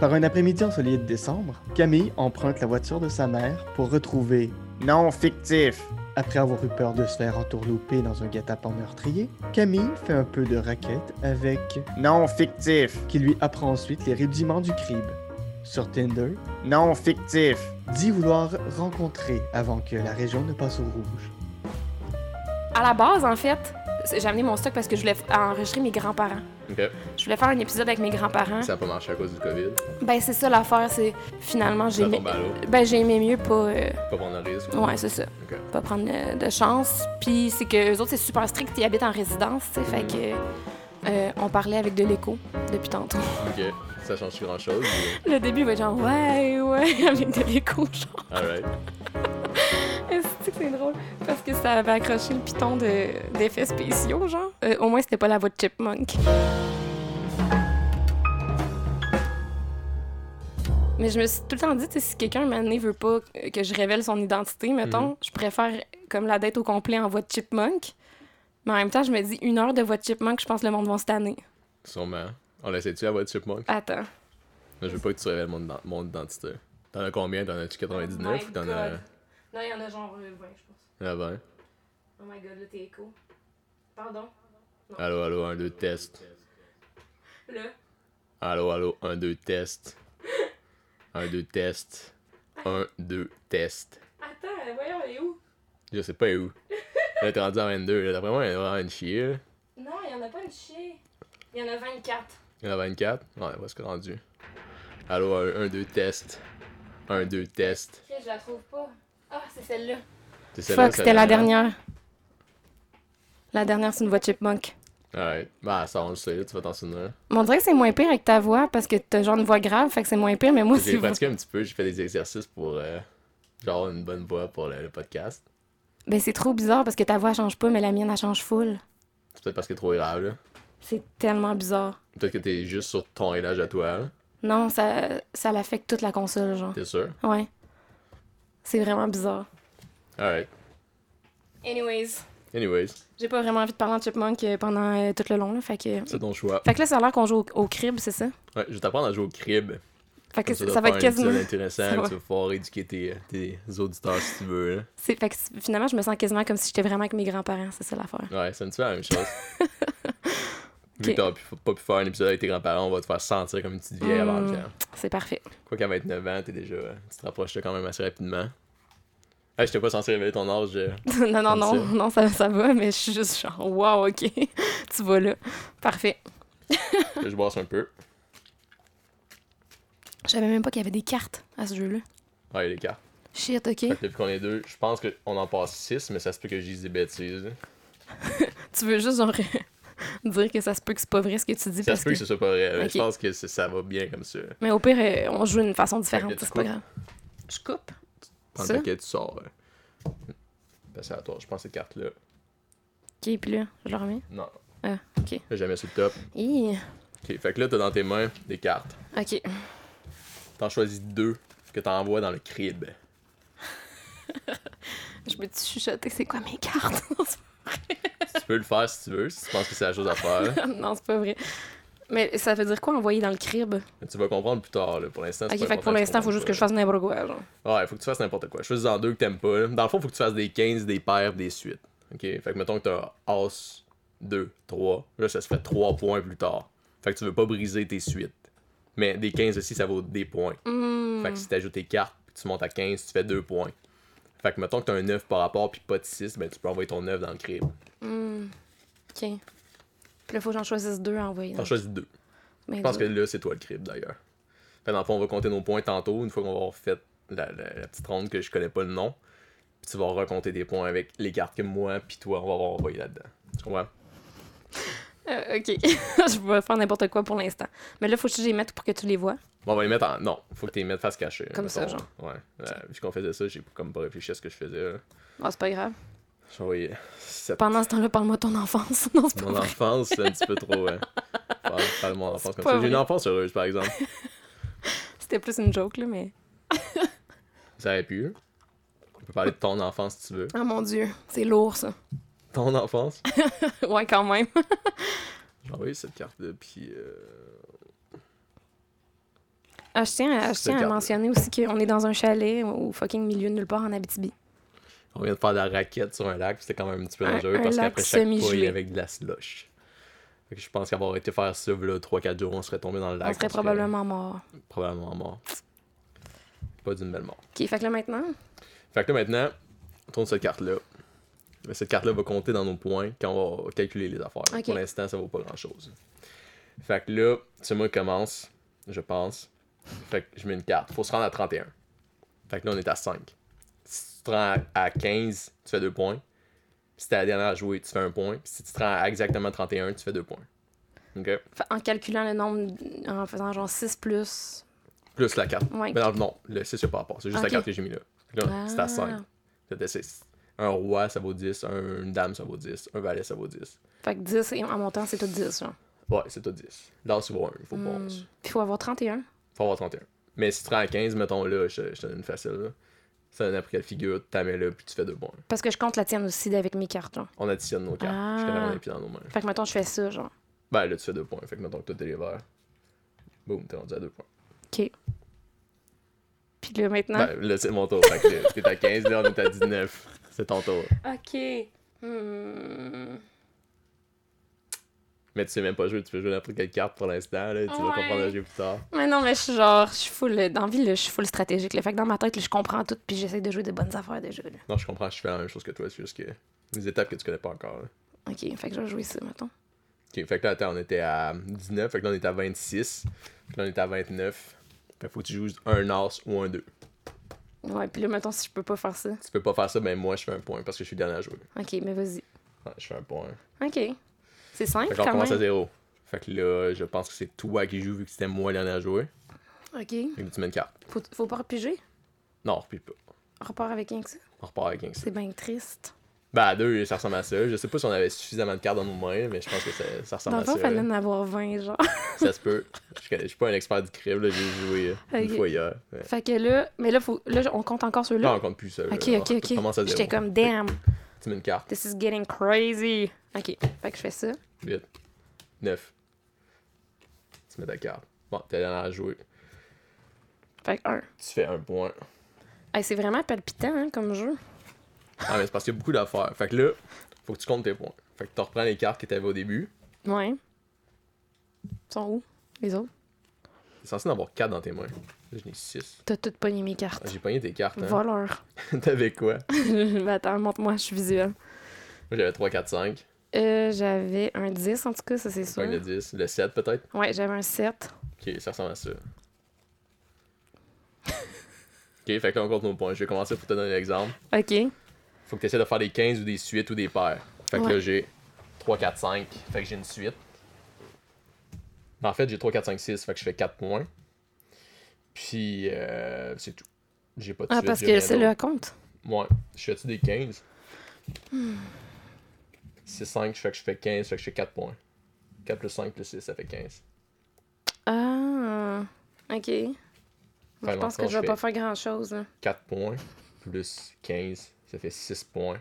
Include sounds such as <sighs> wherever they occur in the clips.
Par un après-midi ensoleillé de décembre, Camille emprunte la voiture de sa mère pour retrouver Non fictif. Après avoir eu peur de se faire entourlouper dans un guet-apens meurtrier, Camille fait un peu de raquette avec Non fictif. qui lui apprend ensuite les rudiments du crime. Sur Tinder, Non fictif. dit vouloir rencontrer avant que la région ne passe au rouge. À la base, en fait, c'est- j'ai amené mon stock parce que je voulais f- enregistrer mes grands-parents. Ok. Je voulais faire un épisode avec mes grands-parents. Ça a pas marché à cause du COVID. Ben, c'est ça l'affaire, c'est finalement, j'ai Ça aimé... tombe à l'eau. Ben, j'ai aimé mieux pas. euh, Pas prendre de risque. Ouais, c'est ça. Ok. Pas prendre euh, de chance. Puis c'est que eux autres, c'est super strict, ils habitent en résidence, tu sais. Fait que. euh, on parlait avec de l'écho depuis tantôt. <laughs> Ok. Ça change grand chose. Le début va être genre ouais, ouais, <laughs> avec de l'écho, genre. Alright. <laughs> Est-ce que c'est drôle? Parce que ça avait accroché le piton de- d'effets spéciaux, genre. Euh, au moins, c'était pas la voix de Chipmunk. Mais je me suis tout le temps dit, tu sais, si quelqu'un, un moment donné, veut pas que je révèle son identité, mettons, Mhm. je préfère comme la dette au complet en voix de Chipmunk. Mais en même temps, je me dis, une heure de voix de Chipmunk, je pense que le monde va se tanner. Sûrement. On l'essaie-tu à votre chipmunk? Attends. Je veux pas que tu révèles mon, ident- mon identité. T'en as combien? T'en as-tu 99 ou t'en as Oh Non, il y en a genre 20, je pense. Ah, 20? Oh my god, là, t'es écho. Pardon? Allô, allô, 1, 2, test. Là. Allô, allô, 1, 2, test. 1, 2, test. 1, 2, test. Attends, euh, voyons, il est où? Je sais pas où. Là, t'es rendu à 22. Là, d'après moi, il y en a une chier. là. Non, il y en a pas une chier. Il y en a 24. Il y en a 24. Ouais, presque rendu. Allô, 1, 2, test. 1, 2, test. Je la trouve pas. Ah, c'est celle-là. C'est celle-là, Fuck, c'était la celle-là. dernière. La dernière, c'est une voix de chipmunk. Ouais. Bah, ça, on le sait, tu vas <laughs> t'en souvenir. Mais on dirait que c'est moins pire avec ta voix parce que t'as genre une voix grave, fait que c'est moins pire, mais moi, c'est J'ai vrai. pratiqué un petit peu, j'ai fait des exercices pour euh, genre une bonne voix pour le, le podcast. Ben, c'est trop bizarre parce que ta voix change pas, mais la mienne, elle change full. C'est peut-être parce que c'est trop grave, là. C'est tellement bizarre. Peut-être que t'es juste sur ton élage à toi, hein. Non, ça, ça l'affecte toute la console, genre. t'es sûr? Ouais. C'est vraiment bizarre. Alright. Anyways, Anyways, j'ai pas vraiment envie de parler en chipmunk euh, pendant euh, tout le long, là, fait que. c'est ton choix. Fait que là, ça a l'air qu'on joue au, au crib, c'est ça? Ouais, je vais t'apprendre à jouer au crib. Fait que Comme ça, doit ça va faire être un épisode quasiment. <laughs> intéressant, Ça puis va. tu vas pouvoir éduquer tes, tes auditeurs si tu veux, là. c'est- Fait que c- finalement, je me sens quasiment comme si j'étais vraiment avec mes grands-parents, c'est ça l'affaire. Ouais, ça me fait la <laughs> même chose. Vu Ok. que t'as pu- pas pu faire un épisode avec tes grands-parents, on va te faire sentir comme une petite vieille avant le Mm. temps. C'est parfait. <laughs> Quoi qu'à 29 ans, t'es déjà. Tu te rapproches là quand même assez rapidement. Ah, j'étais pas censé révéler ton âge. euh, non, non, Comme non, non, ça, ça va, mais je suis juste genre, wow, ok, <laughs> tu vas là. Parfait. Là, je bosse un peu. Je savais même pas qu'il y avait des cartes à ce jeu-là. Ouais, les cartes. Shit, ok. Fait que depuis qu'on est deux, je pense qu'on en passe six, mais ça se peut que je dise des bêtises. là. Tu veux juste genre <laughs> dire que ça se peut que c'est pas vrai ce que tu dis Ça parce se peut que que- ce soit pas vrai, mais Ok. je pense que c'est- ça va bien comme ça. Mais au pire, euh, on joue d'une façon différente, Fait que tu c'est pas coupes. grave. Je coupe. Prends Ça? le paquet, tu sors. euh. Ben, c'est à toi, je pense ces cartes-là. Ok, puis là, je le remets. Non, Ah, ok. là, jamais sur le top. Hi. Ok, fait que là, t'as dans tes mains des cartes. Ok. T'en choisis deux que t'envoies dans le crib. Je me suis chuchoté, c'est quoi mes cartes? <laughs> Non, c'est tu peux le faire si tu veux, si tu penses que c'est la chose à faire. pas- non, c'est pas vrai. Mais ça veut dire quoi envoyer dans le crib? Mais tu vas comprendre plus tard, là. Pour l'instant, c'est Ok, pas fait que pour important, l'instant, faut juste que je comprends fasse n'importe quoi, genre. pas. Ouais, faut que tu fasses n'importe quoi. Choisis en deux que t'aimes pas. là. Dans le fond, faut que tu fasses des 15, des paires, des suites. Ok, fait que mettons que t'as un As, 2, 3. Là, ça se fait 3 points plus tard. Fait que tu veux pas briser tes suites. Mais des 15 aussi, ça vaut des points. Hmm. Fait que si t'ajoutes tes cartes, puis tu montes à 15, tu fais 2 points. Fait que mettons que t'as un 9 par rapport, puis pas de 6, ben tu peux envoyer ton 9 dans le crib. Hmm. Ok. Puis là, faut que j'en choisisse deux à envoyer. T'en choisis 2. Je pense que là, c'est toi le crib d'ailleurs. Fait que dans le fond, on va compter nos points tantôt, une fois qu'on va avoir fait la, la- la petite ronde que je connais pas le nom. Puis tu vas recompter des points avec les cartes que moi, puis toi, on va avoir envoyé là-dedans. Tu comprends? Euh, ok. <laughs> je vais faire n'importe quoi pour l'instant. Mais là, faut que je les mette pour que tu les vois. Bon, on va les mettre en. Non, faut que tu les mettes face cachée. Comme ça, mettons. genre. Ouais. Euh, vu qu'on faisait ça, j'ai comme pas réfléchi à ce que je faisais. là. Ah, c'est pas grave. J'ai envoyé sept- Pendant ce temps-là, parle-moi de ton enfance. <laughs> non, c'est pas Mon vrai. enfance, c'est un petit peu trop. Hein. Parle, parle de mon enfance comme pas ça. J'ai une vrai. enfance heureuse, par exemple. C'était plus une joke, là, mais. Ça aurait pu. hein. On peut parler de ton enfance si tu veux. Ah mon dieu, c'est lourd, ça. Ton enfance? <laughs> ouais, quand même. J'ai envoyé cette carte-là, puis. euh, Ah, je tiens à, je tiens à Regarde. mentionner aussi qu'on est dans un chalet au fucking milieu de nulle part en Ben, Abitibi. On vient de faire de la raquette sur un lac, puis c'était quand même un petit peu Un- dangereux un parce lac qu'après chaque semi-gelé. fois, il y avait de la slush. Fait que je pense qu'avoir été faire ça, là, 3-4 jours, on serait tombé dans le lac. On serait probablement mort. probablement mort. Pas d'une belle mort. Ok, fait que là maintenant, Fait que là, maintenant, on tourne cette carte-là. Mais cette carte-là va compter dans nos points quand on va calculer les affaires. Ok. Pour l'instant, ça vaut pas grand-chose. Fait que là, ce mois commence, je pense. Fait que je mets une carte. Faut se rendre à 31. Fait que là, on est à 5. Si tu te rends à à 15, tu fais 2 points. Si t'es la dernière à jouer, tu fais 1 point. Puis si tu te rends à exactement 31, tu fais 2 points. OK? fa- en calculant le nombre, en faisant genre 6 plus. Plus la carte. Ouais. Mais non, non, le 6, c'est pas rapport. C'est juste Ok. la carte que j'ai mis là. Fait que là, c'est Ah. à 5. C'était 6. Un roi, ça vaut 10. un- une dame, ça vaut 10. Un valet, ça vaut 10. Fait que 10 et en montant, c'est tout 10. Genre. Ouais, c'est tout 10. L'as, il vaut 1. Il Hmm. faut pas 11. Puis faut avoir 31. Faut avoir 31. Mais si tu te rends à 15, mettons là, je, je te donne une facile. Là. Ça donne après quelle figure, tu mets là, puis tu fais deux bons. Parce que je compte la tienne aussi avec mes cartes. Genre. On additionne nos cartes. Ah. Jusqu'à là, on est pieds dans nos mains. Fait que maintenant, je fais ça. genre. Ben là, tu fais deux points. Fait que mettons que toi, t'es les verts. Boum, t'es rendu à deux points. Ok. Puis là maintenant. Ben là, c'est mon tour. Fait que là, t'es à 15, là, on est à 19. C'est ton tour. Ok. Hmm. Mais tu sais même pas jouer, tu peux jouer n'importe quelle carte pour l'instant, là, tu vas Ouais. comprendre le jeu plus tard. Mais non, mais je suis genre, je suis full. euh, Dans la vie, là, je suis full stratégique. Là. Fait que dans ma tête, là, je comprends tout. Puis j'essaie de jouer des bonnes affaires de jeu. Là. Non, je comprends, je fais la même chose que toi, c'est juste que les étapes que tu connais pas encore. là. Ok. Fait que je vais jouer ça maintenant. Ok, fait que là, attends, on était à 19, fait que là, on était à 26, fait que là, on était à 29. Fait que faut que tu joues un as ou un 2. Ouais. Puis là maintenant, si je peux pas faire ça. Tu peux pas faire ça, ben moi, je fais un point parce que je suis le dernier à jouer. Ok. Mais vas-y. Ouais, je fais un point. Ok. C'est simple Fait qu'on quand commence à même. zéro. Fait que là, je pense que c'est toi qui joues vu que c'était moi le dernier à jouer. Ok. Fait que tu mets une carte. Faut, faut pas repiger. Non, on repile pas. Repart avec rien que ça. On repart avec 15. C'est bien triste. Ben, à deux, ça ressemble à ça. Je sais pas si on avait suffisamment de cartes dans nos mains, mais je pense que ça, ça Dans ressemble le à ça. fond, fallait en avoir 20, genre. <laughs> Ça se peut. Je connais- je suis pas un expert du crime, là, j'ai joué euh, une Ok. fois hier. mais- fait que là, mais là, faut, là on compte encore sur Non, là. on compte plus Euh, ça. là. Ok, On ok, ok. Commence à zéro. J'étais comme, damn, Tu mets une carte. this is getting crazy. Ok, fait que je fais ça. 8, 9. Tu mets ta carte. Bon, t'es dans à jouer. Fait que 1. Tu fais un point. c'est vraiment palpitant, hein, comme jeu. Ah, mais c'est parce qu'il y a beaucoup d'affaires. Fait que là, faut que tu comptes tes points. Fait que tu reprends les cartes que t'avais au début. Ouais. Ils sont où, les autres? T'es censé en avoir 4 dans tes mains. Là, j'en ai 6. T'as toutes pogné mes cartes. J'ai pogné tes cartes. Hein. <laughs> Voleur. <laughs> T'avais quoi Moi, Ben, attends, montre-moi, je suis visuelle. j'avais 3, 4, 5. Euh, j'avais un 10, en tout cas, ça, c'est sûr. Le 10, le 7 peut-être. Ouais, j'avais un 7. Ok, ça ressemble <laughs> à ça. ok, fait que là, on compte nos points. Je vais commencer pour te donner l'exemple. Ok. Ah, Faut que tu essaies de faire des 15 ou des suites ou des paires. Fait que Ouais. là, j'ai 3, 4, 5. Fait que j'ai une suite. En fait, j'ai 3, 4, 5, 6. Fait que je fais 4 points. Puis, euh, c'est tout. J'ai pas de Ah, suite, parce j'ai que rien c'est d'autre. le compte. Ouais. Je fais-tu des 15 6, 5. Fait que je fais 15. Fait que je fais 4 points. 4 plus 5 plus 6, ça fait 15. Ah, ok. Fait je pense que encore, je vais fais pas faire grand-chose, hein. là. 4 points plus 15, ça fait 6 points.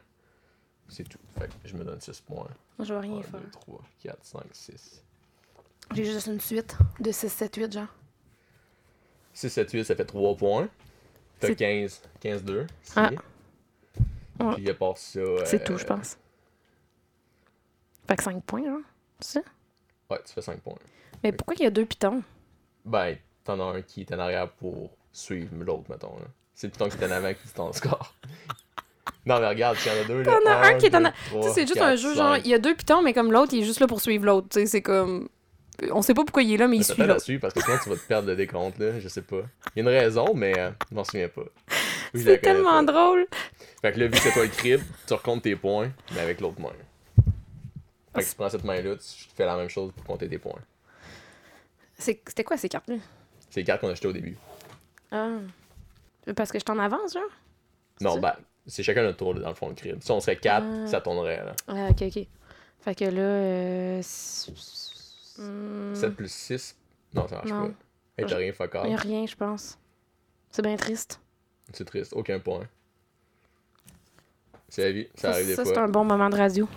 C'est tout. Fait que je me donne 6 points. Je vais 1, rien 2, faire. 3, 4, 5, 6. J'ai juste une suite de 6, 7, 8, genre. 6, 7, 8, ça fait 3 points. T'as C'est- 15, 15, 2. Ah. Ouais. Puis à part ça. C'est euh, tout, je pense. Fait que 5 points, genre. C'est ça? Ouais, tu fais 5 points. Mais pourquoi il y a deux pitons? Ben, t'en as un qui est en arrière pour suivre l'autre, mettons. là. C'est le piton qui est en avant qui dit ton score. <laughs> non, mais regarde, il y en a deux. T'en as un qui est en a- Tu sais, c'est juste un jeu, genre, il y a deux pitons, mais comme l'autre, il est juste là pour suivre l'autre. Tu sais, c'est comme. On sait pas pourquoi il est là, mais il Mais suit t'attends à l'autre. suivre parce que sinon tu vas te perdre le décompte, là. Je sais pas. Il y a une raison, mais euh, je m'en souviens pas. Ou je C'est la connais tellement pas. drôle. Fait que là, vu que c'est toi le crib, tu recomptes tes points, mais avec l'autre main. Fait que tu prends cette main-là, tu fais la même chose pour compter tes points. C'est- C'était quoi ces cartes-là? C'est les cartes qu'on a jetées au début. Ah. Parce que je t'en avance, genre? Non, C'est- ben, c'est chacun notre tour, là, dans le fond, le crib. Si on serait quatre, Ah. ça tournerait, là. Ah, ok, ok. Fait que là. Euh... s- s- hmm, 7 plus 6. Non, ça marche Non. pas. Hey, t'as rien, fuck off. y a rien, je pense. C'est bien triste. C'est triste, aucun point. C'est la vie, ça Ça, arrive des ça, c'est fois. un bon moment de radio.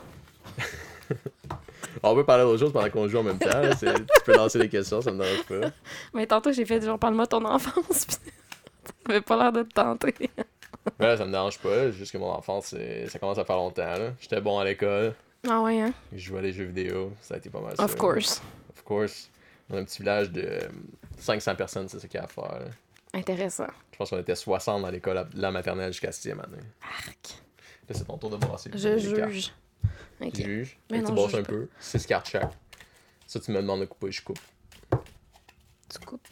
On peut parler d'autre chose pendant qu'on joue en même temps. là. C'est- Tu peux lancer des questions, ça me dérange pas. Mais tantôt, j'ai fait genre, parle-moi de ton enfance. Puis <laughs> ça avait pas l'air de te tenter. Ouais, ça me dérange pas. Juste que mon enfance, c'est- ça commence à faire longtemps. là. J'étais bon à l'école, Ah ouais, hein? je jouais à des jeux vidéo, ça a été pas mal. Of ça. course. Of course. Dans un petit village de euh, 500 personnes, c'est ce qu'il y a à faire. là. Intéressant. Je pense qu'on était 60 dans l'école, à- la maternelle jusqu'à 6e année. Arc. Là, c'est ton tour de brasser. Je les cartes. juge. Tu Ok. juges. Mais Fait non, que tu je brasses un juge pas. peu. 6 cartes chaque. Ça, tu me demandes de couper, je coupe. Tu coupes.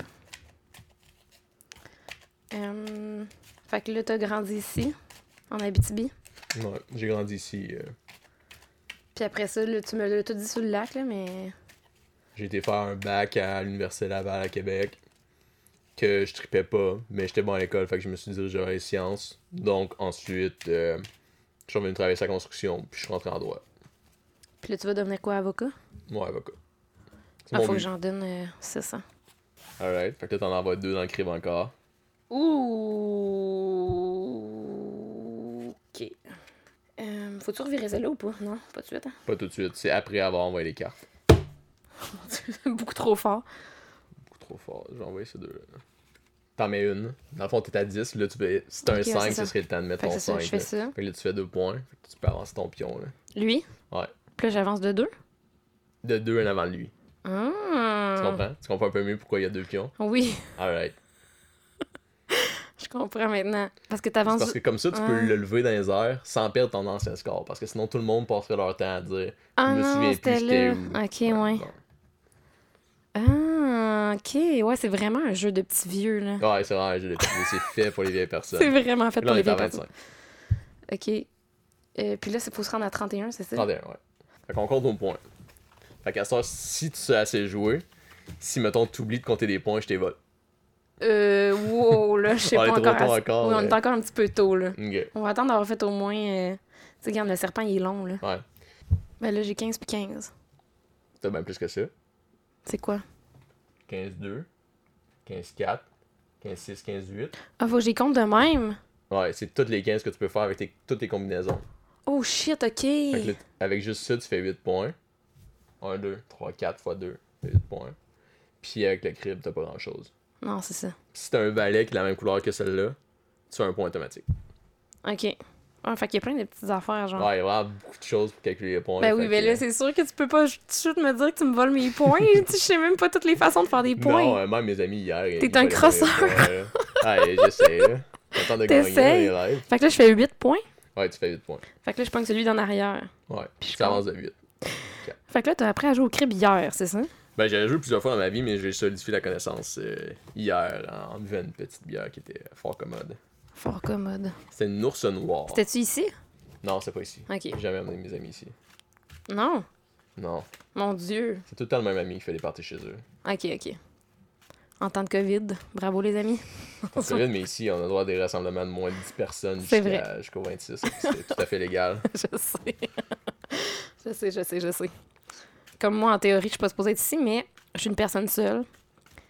Euh, Fait que là, t'as grandi ici, en Abitibi. Ouais, j'ai grandi ici. euh, Puis après ça, là, tu me l'as tout dit sur le lac, là, mais. J'ai été faire un bac à l'Université Laval à Québec que je tripais pas, mais j'étais bon à l'école, fait que je me suis dirigé vers les sciences. Donc ensuite, euh, je suis revenu travailler sur la construction, puis je suis rentré en droit. Puis là, tu vas devenir quoi, avocat? Moi, avocat. C'est Ah, mon faut que but. j'en donne euh, 600. Alright, fait que là, t'en envoies deux dans le crib encore. Ouh. Ok. Euh, Faut-tu revirer celle-là ou pas? Non, pas de suite. hein. <laughs> Pas tout de suite, c'est après avoir envoyé les cartes. Beaucoup trop fort. Beaucoup trop fort, j'ai envoyé ces deux-là. T'en mets une. Dans le fond, t'es à 10, là, tu fais. Si t'as Ok, un ouais, 5, c'est ce ça. serait le temps de mettre Fait que ton c'est ça, 5. je fais là. ça. Fait que là, tu fais deux points, fait que tu peux avancer ton pion, là. Lui? Ouais. Puis là, j'avance de deux. De deux en avant de lui. Ah. Tu comprends? Tu comprends un peu mieux pourquoi il y a deux pions? Oui, <laughs> Alright. je comprends maintenant. Parce que C'est t'avances. parce que comme ça, tu Ouais. peux le lever dans les airs sans perdre ton ancien score. Parce que sinon, tout le monde passerait leur temps à dire Ah Je me non, souviens plus, c'était j'étais là. où. Ok, ouais. bon. Ah, ok. Ouais, c'est vraiment un jeu de petits vieux, là. Ouais, c'est vrai, je l'ai trouvé. C'est fait pour les vieilles personnes. C'est vraiment fait Là, pour on les est à vieilles 25. personnes. Ok. Euh, puis là, c'est pour se rendre à 31, c'est ça? 31, ouais. Fait qu'on compte nos points. Fait qu'à ce soir, si tu sais assez jouer, si mettons, t'oublies de compter des points, je t'évole. Euh, wow, là, <laughs> je sais On pas est trop encore. tôt à- encore, Oui, on mais- est encore un petit peu tôt, là. Ok. On va attendre d'avoir fait au moins. euh, Tu sais, regarde, le serpent, il est long, là. Ouais. Ben là, j'ai 15 puis 15. T'as bien plus que ça. C'est quoi? 15-2, 15-4, 15-6, 15-8. Ah, faut que j'y compte de même? Ouais, c'est toutes les 15 que tu peux faire avec tes- toutes tes combinaisons. Oh shit, ok. Fait que là, avec juste ça, tu fais 8 points. 1, 2, 3, 4 fois 2, 8 points. Puis avec le crib, t'as pas grand chose. Non, c'est ça. Si t'as un valet qui est la même couleur que celle-là, tu as un point automatique. Ok. Ah, fait qu'il y a plein de petites affaires, genre. Ouais, il y a vraiment beaucoup de choses pour calculer les points. Ah. Ben fait oui, que- euh, mais là, c'est sûr que tu peux pas tout de suite me dire que tu me voles mes points. <laughs> Tu sais, Je sais même pas toutes les façons de faire des Non, points. euh, même mes amis hier. ils- T'es ils un voulaient crosseur. mes points, là. Ouais, j'essaie, là. T'attends de gagner dans T'essayes. les lives. Fait que là, je fais 8 points. Ouais, tu fais 8 points. Fait que là, je prends celui d'en arrière. Ouais, Puis je tu avances de 8. Fait que là, t'as appris à jouer au crib hier, c'est ça? Ben, j'avais joué plusieurs fois dans ma vie, mais j'ai solidifié la connaissance euh, hier en buvant une petite bière qui était fort commode. Fort commode. C'était une ours noire. C'était-tu ici? Non, c'est pas ici. Ok. J'ai jamais amené mes amis ici. Non. Non. Mon Dieu. C'est tout le temps le même ami qui fait des parties chez eux. Ok, ok. En temps de COVID, bravo les amis. <laughs> C'est vrai, mais ici, on a le droit à des rassemblements de moins de 10 personnes C'est vrai. jusqu'à- jusqu'au 26. C'est tout à <laughs> fait légal. je sais. je sais, je sais, je sais. Comme moi, en théorie, je suis pas supposée être ici, mais je suis une personne seule.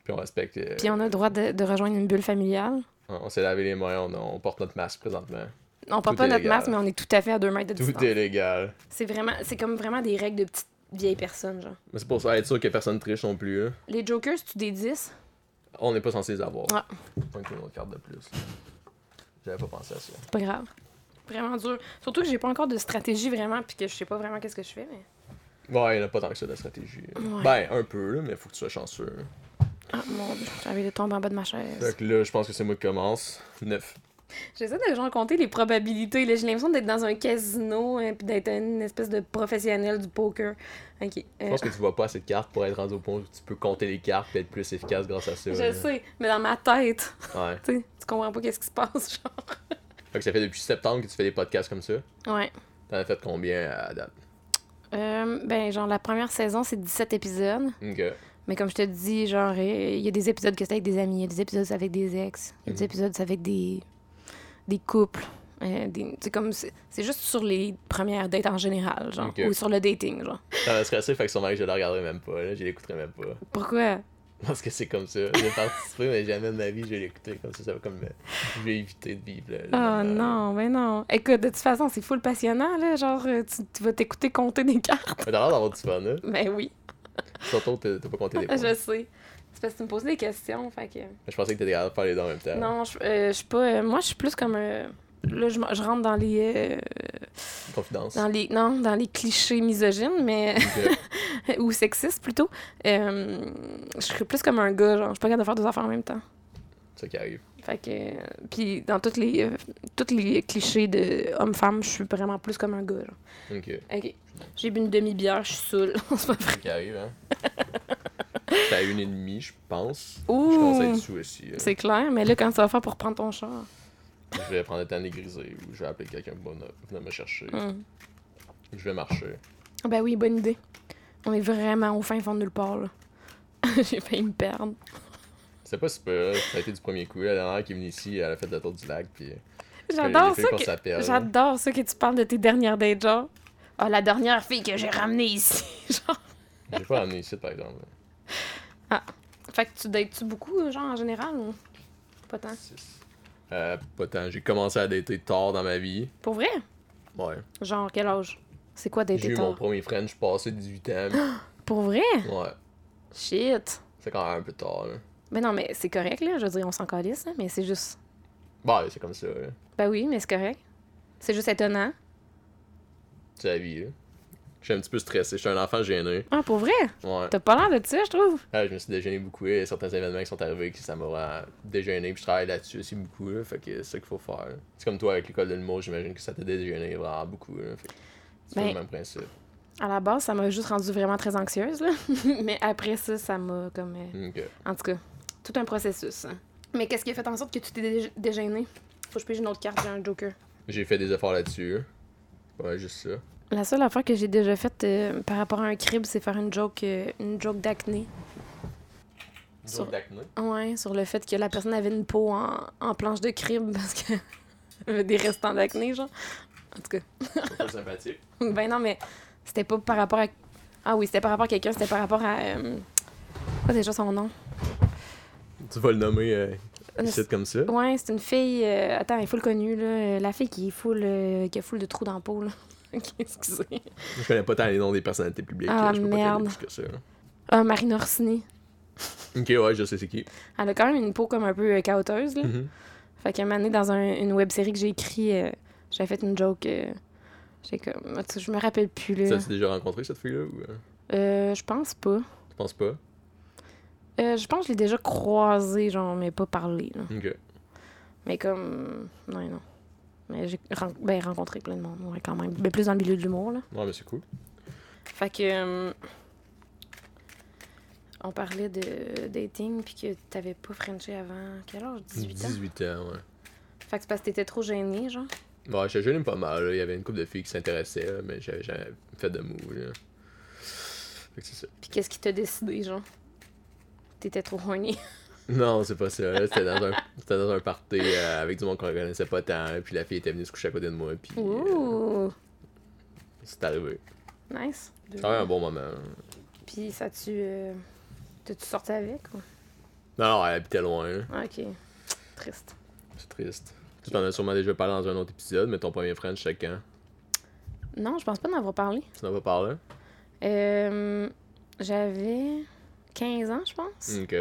Puis on respecte. euh, Puis on a le droit de, de rejoindre une bulle familiale. on on s'est lavé les mains, on, on porte notre masque présentement. On porte Tout pas est notre légal. masque, mais on est tout à fait à deux mètres de distance. Tout est légal. C'est vraiment, c'est comme vraiment des règles de petites vieilles personnes, genre. Mais c'est pour ça, être sûr que personne triche non plus. hein. Les jokers, tu des 10? On n'est pas censé les avoir. Ah. Donc, une autre carte de plus. J'avais pas pensé à ça. C'est pas grave. Vraiment dur. Surtout que j'ai pas encore de stratégie vraiment, puis que je sais pas vraiment qu'est-ce que je fais, mais... Ouais, il n'y a pas tant que ça de stratégie. Ouais. Ben, un peu, là, mais faut que tu sois chanceux. Ah, mon Dieu, j'avais de tomber en bas de ma chaise. Donc là, je pense que c'est moi qui commence. 9. J'essaie de genre compter les probabilités, là. J'ai l'impression d'être dans un casino, hein, puis d'être une espèce de professionnel du poker. OK. euh, Je pense que tu vois pas assez de cartes pour être rendu au point où tu peux compter les cartes et être plus efficace grâce à ça. là. Je sais, mais dans ma tête, <laughs> Ouais. tu sais, tu comprends pas qu'est-ce qui se passe, genre. Fait que ça fait depuis septembre que tu fais des podcasts comme ça. Ouais. T'en as fait combien à date? Euh, ben, genre, la première saison, c'est 17 épisodes. Ok. Mais comme je te dis, genre, euh, il y a des épisodes que c'est avec des amis, il y a des épisodes c'est avec des ex, il y a des Mhm. épisodes c'est avec des, des couples. euh, des- c'est comme c'est c'est juste sur les premières dates en général, genre, Ok. ou sur le dating, genre. Ça m'a stressé, fait que sûrement que je la regarderai même pas. <laughs> là. Je l'écouterai même pas. Pourquoi Je pense que c'est comme ça. J'ai participé, mais jamais de ma vie, je l'ai écouté. Comme ça, ça va comme. Je vais éviter de vivre. le- le Oh moment. non, ben non. Écoute, de toute façon, c'est full passionnant, là. Genre, euh, tu, tu vas t'écouter compter des <laughs> cartes. Mais t'as l'air d'avoir du fun, là. Ben oui, Surtout, t'as t'as pas compté des <laughs> points. je sais. C'est parce que tu me poses des questions, fait que... Je pensais que t'étais capable de faire les deux en même temps. Non, je euh, je suis pas... euh, moi, je suis plus comme... euh, là, je, m- je rentre dans les... euh, Confidence. dans les... Non, dans les clichés misogynes, mais... Ok. <laughs> ou sexistes, plutôt. Euh, je suis plus comme un gars, genre. Je suis pas capable de faire deux affaires en même temps. C'est ça qui arrive. Fait que... euh, Puis dans toutes les, euh, toutes les clichés de homme-femme, je suis vraiment plus comme un gars, genre. Ok. C'est OK. J'ai bu une demi-bière, je suis saoule. <laughs> C'est pas vrai. ça qui <laughs> arrive, hein. T'es à une et demie, je pense. Je conseille Ouh! dessous aussi. euh, C'est clair, mais là, quand tu vas faire pour prendre ton char? Je vais prendre le temps de dégriser ou je vais appeler quelqu'un pour venir- venir me chercher. Hmm. Je vais marcher. Ah Ben oui, bonne idée. On est vraiment au fin fond de nulle part, là. <laughs> J'ai failli me perdre. C'est pas si peu, ça a été du premier coup. La dernière qui est venue ici, elle a fait le tour du lac. Puis... euh, J'adore les ça filles que... qu'on s'appelle. J'adore ça que tu parles de tes dernières dates, genre. Ah, la dernière fille que j'ai ramenée ici, <laughs> genre. J'ai pas ramené ici, par exemple. Fait que tu dates-tu beaucoup, genre, en général, ou pas tant? Six. Euh, pas tant. J'ai commencé à dater tard dans ma vie. Pour vrai? Ouais. Genre, quel âge? C'est quoi J'ai dater eu mon tard? premier friend, je passais <gasps> 18 ans. Pour vrai? ouais. Shit! C'est quand même un peu tard, là. Ben non, mais c'est correct, là. Je veux dire, on s'en calisse, hein, mais c'est juste... Bah, c'est comme ça, là. Ben oui, mais c'est correct. C'est juste étonnant. C'est la vie, là. Je suis un petit peu stressé. Je suis un enfant gêné. Ah, pour vrai? Ouais. T'as pas l'air de ça, je trouve. Ah, je me suis déjeuné beaucoup. Il y a certains événements qui sont arrivés que ça m'a vraiment déjeuné. Puis je travaille là-dessus aussi beaucoup. là. Fait que c'est ça qu'il faut faire. C'est comme toi avec l'école de l'humour, j'imagine que ça t'a déjeuné vraiment beaucoup. Là. Fait que c'est Ben- le même principe. À la base, ça m'a juste rendue vraiment très anxieuse, là. <laughs> Mais après ça, ça m'a comme. euh, Ok. En tout cas, tout un processus. hein. Mais qu'est-ce qui a fait en sorte que tu t'es dé- déjeuné? Faut que je pige une autre carte, j'ai un Joker. J'ai fait des efforts là-dessus. Ouais, juste ça. La seule affaire que j'ai déjà faite euh, par rapport à un crib, c'est faire une joke, euh, une joke d'acné. Sur- d'acné. Ouais, sur le fait que la personne avait une peau en, en planche de crib parce que <laughs> avait des restants d'acné, genre. En tout cas. <laughs> Pas sympathique. Ben non, mais c'était pas par rapport à. Ah oui, c'était par rapport à quelqu'un, c'était par rapport à. euh, Quoi déjà son nom? <laughs> Tu vas le nommer euh, Une- ici comme ça. Ouais, c'est une fille. euh, Attends, elle est full connue, là. euh, La fille qui est full. euh, qui a full de trous dans la peau, là. <laughs> Ok, excusez. Je connais pas tant les noms des personnalités publiques. Ah, là. je peux pas t'aider merde. plus que ça. là. Ah, Marine Orsini. Ok, ouais, je sais c'est qui. Elle a quand même une peau comme un peu euh, caoteuse, là. Mhm. Fait qu'à un moment donné, dans un- une web série que j'ai écrit, euh, j'avais fait une joke. euh, J'ai comme. en tout cas, Je me rappelle plus, là. Ça, tu déjà rencontré cette fille-là ou euh, Euh, je pense pas. tu penses pas Euh, je pense que je l'ai déjà croisée, genre, mais pas parlé, là. Ok. Mais comme. Non, non. Mais j'ai ren- ben, rencontré plein de monde, ouais, quand même. Mais plus dans le milieu de l'humour, là. Ouais, mais c'est cool. Fait que. euh, On parlait de dating, puis que t'avais pas Frenché avant. Quel âge 18 ans. 18 ans, ouais. Fait que c'est parce que t'étais trop gênée, genre. Ouais, j'étais jeune pas mal. là. Il y avait une couple de filles qui s'intéressaient, là, mais j'avais jamais fait de move. Là. Fait que c'est ça. Puis qu'est-ce qui t'a décidé, genre T'étais trop horny. Non, c'est pas ça. là. C'était dans, un... c'était dans un party euh, avec du monde qu'on connaissait pas tant. là, Puis la fille était venue se coucher à côté de moi. Puis euh, Ouh c'est arrivé. Nice. C'était vraiment un bon moment. là. Puis ça tu. euh, T'as-tu sorti avec, ou Non, non, elle habitait loin. là. Ah, ok. Triste. C'est triste. Tu t'en as sûrement déjà parlé dans un autre épisode, mais ton premier friend, c'est quand Non, je pense pas d'en avoir parlé. Tu n'en as pas parlé Euh, J'avais 15 ans, je pense. Ok.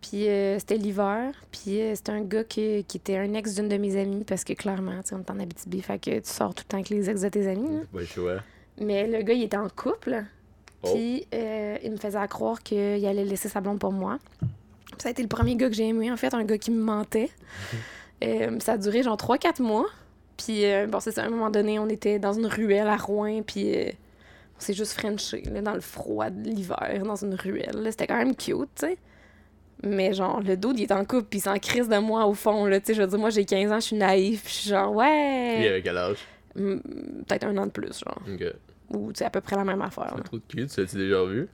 Puis euh, c'était l'hiver. Puis euh, c'était un gars qui, qui était un ex d'une de mes amies parce que clairement, tu sais, on est en Abitibi, fait que tu sors tout le temps avec les ex de tes amis. là. Pas le choix. Mais le gars, il était en couple. Oh. Puis euh, il me faisait croire qu'il allait laisser sa blonde pour moi. Puis ça a été le premier gars que j'ai aimé, en fait, un gars qui me mentait. Euh, ça a duré genre 3-4 mois. Puis euh, bon, c'est ça, à un moment donné, on était dans une ruelle à Rouen, puis euh, on s'est juste frenché, là, dans le froid de l'hiver, dans une ruelle. là. C'était quand même cute, tu sais. Mais genre, le dude, il est en couple, puis il s'en crise de moi au fond, là, tu sais. Je veux dire, moi, j'ai 15 ans, je suis naïve, puis je suis genre, Lui, il ouais. avait quel âge Hmm, Peut-être un an de plus, genre Ok. ou tu sais, à peu près la même affaire. Un là. trou de cul, tu l'as-tu déjà vu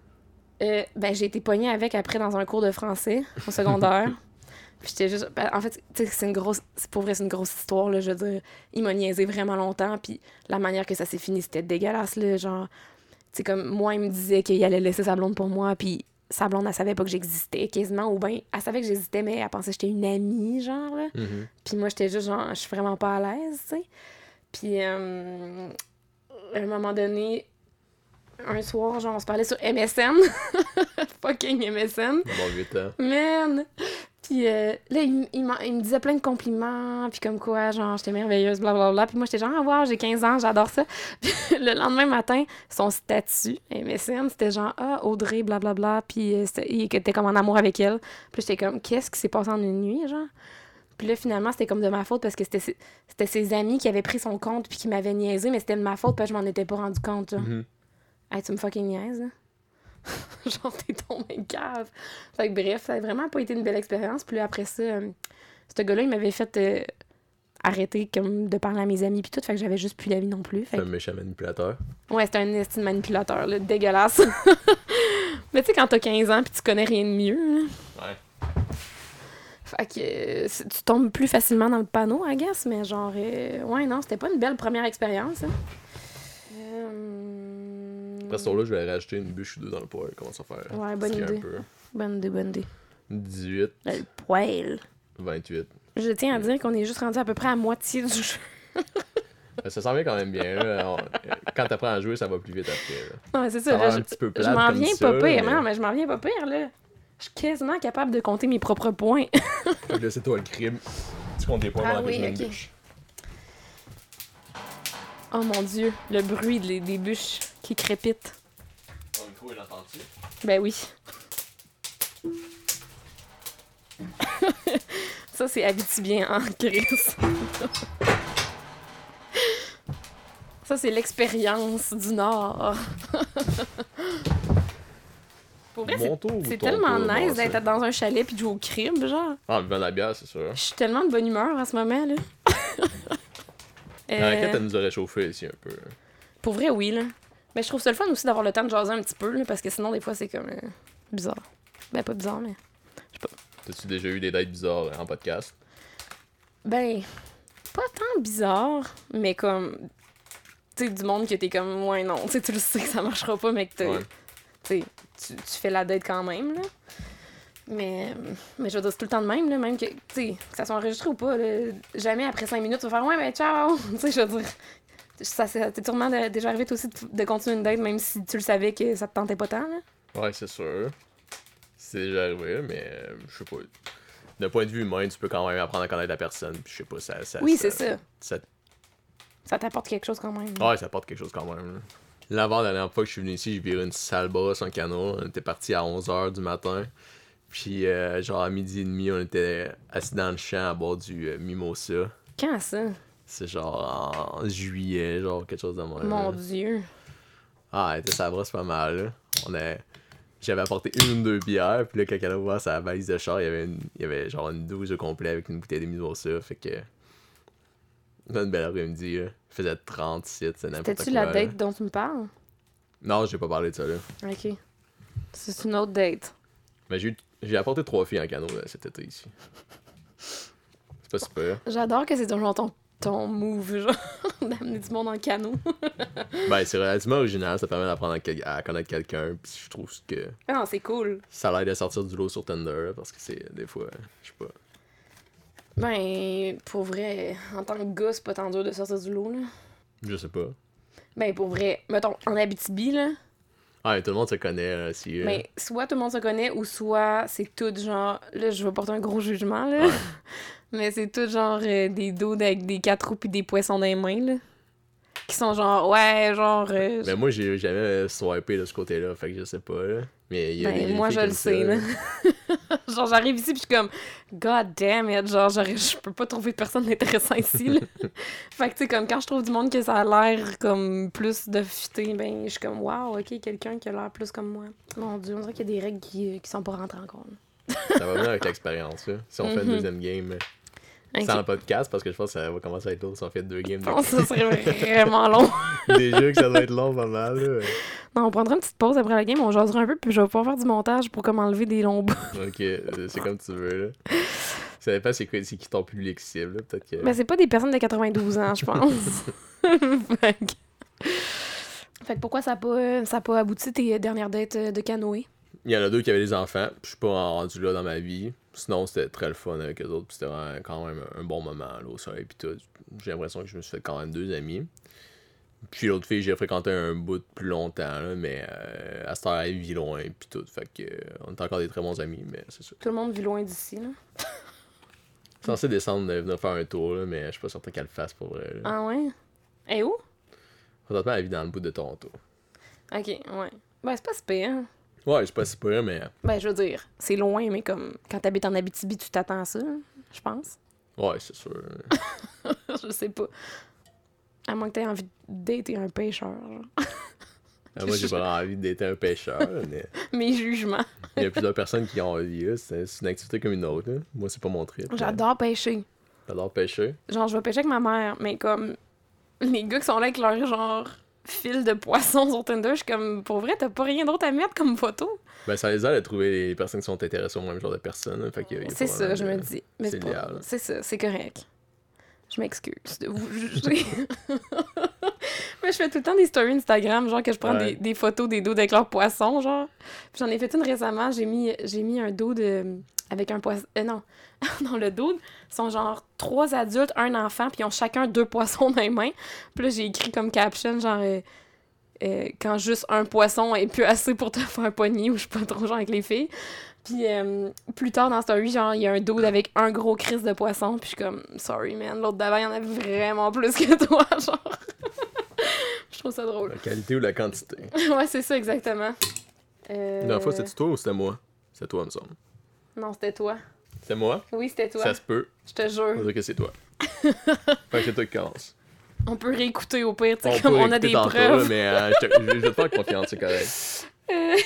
Euh, ben, j'ai été pognée avec après dans un cours de français au <laughs> secondaire. Puis j'étais juste. ben, en fait, tu sais, c'est une grosse. C'est pour vrai, c'est une grosse histoire, là. Je veux dire, il m'a niaisé vraiment longtemps. Puis la manière que ça s'est fini, c'était dégueulasse, là. Genre, tu sais, comme moi, il me disait qu'il allait laisser sa blonde pour moi. Puis sa blonde, elle savait pas que j'existais quasiment, ou bien elle savait que j'existais, mais elle pensait que j'étais une amie, genre. Là. Mhm. Puis moi, j'étais juste genre, je suis vraiment pas à l'aise, tu sais. Puis euh, à un moment donné, un soir, genre, on se parlait sur MSN. <laughs> Fucking MSN. Bon, 8 ans. Man! Puis euh, là, il, il m'en- il me disait plein de compliments, puis comme quoi, genre, j'étais merveilleuse, blablabla. Puis moi, j'étais genre, ah, wow, j'ai 15 ans, j'adore ça. Puis <laughs> le lendemain matin, son statut MSN, c'était genre, ah, Audrey, blablabla, puis euh, c'était- il était comme en amour avec elle. Puis j'étais comme, qu'est-ce qui s'est passé en une nuit, genre? Puis là, finalement, c'était comme de ma faute parce que c'était ses- c'était ses amis qui avaient pris son compte puis qui m'avaient niaisé, mais c'était de ma faute parce que je m'en étais pas rendu compte, genre. Mhm. Hey, tu me fucking niaises, là. <laughs> Genre, t'es tombé cave. Fait que bref, ça a vraiment pas été une belle expérience. Puis là, après ça, euh, ce gars-là, il m'avait fait euh, arrêter comme de parler à mes amis puis tout. Fait que j'avais juste plus d'amis non plus. Fait C'est que- un méchant manipulateur. Ouais, c'était un estime manipulateur, là, dégueulasse. <laughs> Mais tu sais, quand t'as 15 ans puis tu connais rien de mieux, là, Ouais. fait que euh, c'est- tu tombes plus facilement dans le panneau, I guess. Mais genre, euh, ouais, non, c'était pas une belle première expérience. hein. Euh, Après ce tour-là, je vais rajouter une bûche ou deux dans le poêle. Comment ça faire? Ouais, bonne Sticker un idée. peu. Bonne idée, bonne idée. 18, Le poil. 28. Je tiens à Mm. dire qu'on est juste rendu à peu près à moitié du jeu. <laughs> Euh, Ça s'en vient quand même bien. là. On- euh, Quand t'apprends à jouer, ça va plus vite après. là. Non, mais c'est Ça ça. va là, un je petit peu je plate m'en comme viens ça, pas pire. mais- Non, mais je m'en viens pas pire, là. Je suis quasiment capable de compter mes propres points. Fait que là, c'est toi le crime. Tu comptes des points Ah pendant que oui, je mets une ok. bûche. oh mon dieu, le bruit des, des bûches qui crépitent. Ton micro est attentif. Ben oui. <laughs> ça, c'est habitibien, hein, Chris? <laughs> ça, c'est l'expérience du Nord. <laughs> Pour vrai, c'est Mon tour ou C'est ton tellement tour, nice bon, ça? d'être dans un chalet puis de jouer au crib, genre. Ah, en buvant de la bière, c'est sûr. Je suis tellement de bonne humeur en ce moment, là. Euh, La raquette, elle nous a réchauffé ici un peu. pour vrai, oui, là. Mais je trouve ça le fun aussi d'avoir le temps de jaser un petit peu, là, parce que sinon, des fois, c'est comme euh, bizarre. Ben, pas bizarre, mais. T'as-tu déjà eu des dates bizarres euh, en podcast? Ben, pas tant bizarre, mais comme. Tu sais, du monde que t'es comme, ouais, non, tu sais, tu le sais que ça marchera pas, mais que t'as- Ouais. tu sais, tu, tu fais la date quand même, là. Mais, mais je veux dire, c'est tout le temps de même, là, même que, tu sais, que ça soit enregistré ou pas, là, jamais après cinq minutes, tu vas faire « Ouais, ben, ciao! » <laughs> Tu sais, je veux dire, ça ça t'est sûrement de- déjà arrivé, toi aussi, de, de continuer une date, même si tu le savais que ça te tentait pas tant, là. Ouais, c'est sûr. C'est déjà arrivé, mais euh, je sais pas. D'un point de vue humain, tu peux quand même apprendre à connaître la personne. Puis je sais pas, ça. Ben, ça Oui, c'est ça. ça- Ça t'apporte quelque chose quand même. Ouais, ça apporte quelque chose quand même. là. L'avant-dernière fois que je suis venu ici, j'ai viré une sale brosse en canot. On était parti à 11h du matin. Puis, euh, genre, à midi et demi, on était assis dans le champ à bord du euh, Mimosa. Quand ça? C'est genre en juillet, genre quelque chose de même. Mon là. Dieu. Ah, elle était sa brosse pas mal. là. On a... J'avais apporté une ou deux bières, puis là, quand elle a ouvert sa valise de char, il y avait, une- il y avait genre une douche au complet avec une bouteille de mimosa, fait que... On a une belle après-midi, là. Il faisait 37, c'est n'importe quoi. T'as-tu la là. date dont tu me parles? Non, j'ai pas parlé de ça, là. OK. C'est une autre date. Mais j'ai eu- j'ai apporté trois filles en canot, là, cet été, ici. C'est pas super. J'adore que c'est toujours ton, ton move, genre, <laughs> d'amener du monde en canot. Ben, c'est relativement original, ça permet d'apprendre à, quel- à connaître quelqu'un, puis je trouve que... Ah non, c'est cool. Ça a l'air de sortir du lot sur Tinder, là, parce que c'est... Des fois, je sais pas... Ben, pour vrai, en tant que gars, c'est pas tant dur de sortir du lot, là. Je sais pas. Ben, pour vrai, mettons, en Abitibi, là, Ah, mais tout le monde se connaît, là, si... euh, ben, soit tout le monde se connaît, ou soit c'est tout genre... Là, je vais porter un gros jugement, là. Ouais. <laughs> Mais c'est tout genre euh, des dos avec des quatre roues pis des poissons dans les mains, là. Qui sont genre, ouais, genre... euh, Mais moi, j'ai jamais swipé de ce côté-là, fait que je sais pas. Là. Mais il y a Ben, des moi, filles je le comme ça, sais, là. <laughs> genre, j'arrive ici, puis je suis comme, God damn it, genre, j'aurais- je peux pas trouver de personne d'intéressant ici, là. fait que, tu sais, comme quand je trouve du monde que ça a l'air comme plus de fitter, ben, je suis comme, wow, ok, quelqu'un qui a l'air plus comme moi. Mon Dieu, on dirait qu'il y a des règles qui, qui sont pas rentrées en compte. Ça va venir avec l'expérience. là. Si on fait une Mhm. deuxième game Ok. sans podcast, parce que je pense que ça va commencer à être lourd si on fait <laughs> deux games. Je pense que ça serait vraiment long. de- Des jeux que ça doit être long pas mal. Là. Non, on prendra une petite pause après la game, on jasera un peu, puis je vais pouvoir faire du montage pour comme enlever des longs bouts. Ok, euh, c'est comme tu veux. Là. Ça dépend c'est quoi- c'est qui ton public cible. là, Peut-être que. Ben, c'est pas des personnes de 92 ans, je pense. fait, que... Fait que pourquoi ça n'a pas, ça a pas abouti tes dernières dates euh, de canoë? Il y en a deux qui avaient des enfants, puis je suis pas rendu là dans ma vie. Sinon, c'était très le fun avec eux autres, puis c'était vraiment quand même un bon moment là, au soleil, puis tout. J'ai l'impression que je me suis fait quand même deux amis. Puis l'autre fille, j'ai fréquenté un bout de plus longtemps, là, mais euh, à cette heure, elle vit loin, puis tout. Fait que, euh, on est encore des très bons amis, mais c'est ça. Tout le monde vit loin d'ici, là. Censé descendre, de venir faire un tour, là, mais je suis pas certain qu'elle le fasse pour vrai. là. Ah ouais? Et où? Présentement, elle vit dans le bout de Toronto. Ok, ouais. Ben, c'est pas si pire. hein. Ouais, je sais pas si pire, mais Ben, je veux dire, c'est loin, mais comme quand t'habites en Abitibi, tu t'attends à ça, hein, je pense. <laughs> ouais, c'est sûr. je sais pas. À moins que t'aies envie de dater un pêcheur. genre. Ah, moi, <laughs> j'ai pas envie d'être un pêcheur, mais Mes jugements. il y a plusieurs personnes qui ont envie. là. C'est c'est une activité comme une autre. là. Moi, c'est pas mon trip. mais J'adore pêcher. J'adore pêcher. Genre, je vais pêcher avec ma mère, mais comme les gars qui sont là avec leur genre fil de poisson sur Tinder, je suis comme, pour vrai, t'as pas rien d'autre à mettre comme photo. Ben, ça les aide à trouver les personnes qui sont intéressées au même genre de personnes. là. Fait que, il y a C'est pas ça, vraiment je de- me dis. Mais c'est pas- idéal. C'est ça, c'est correct. Je m'excuse de vous juger. Moi, je fais tout le temps des stories Instagram, genre que je prends Ouais. des, des photos des dos avec leurs poissons, genre. Puis j'en ai fait une récemment, j'ai mis, j'ai mis un dos de... avec un poisson... euh, non, <laughs> dans le dos, sont genre trois adultes, un enfant, puis ils ont chacun deux poissons dans les mains. Puis là, j'ai écrit comme caption, genre... euh, euh, quand juste un poisson est plus assez pour te <laughs> faire pogner ou je suis pas trop genre avec les filles. Puis euh, plus tard dans cette story, genre, il y a un dude avec un gros crise de poisson. Puis je suis comme, sorry man, l'autre d'avant, il y en a vraiment plus que <laughs> toi, genre. je trouve ça drôle. <laughs> La qualité ou la quantité. ouais, c'est ça, exactement. Euh, La dernière fois, c'était toi ou c'était moi C'est toi, il me semble. Non, c'était toi. C'est moi Oui, c'était toi. Ça se peut. Je te On jure. va dire que <laughs> c'est toi. fait que c'est toi qui commence. On peut réécouter au pire, tu sais, On comme peut on a écouter des tantôt, preuves. là, mais euh, je, te- je- je vais te faire confiance, c'est correct. Euh,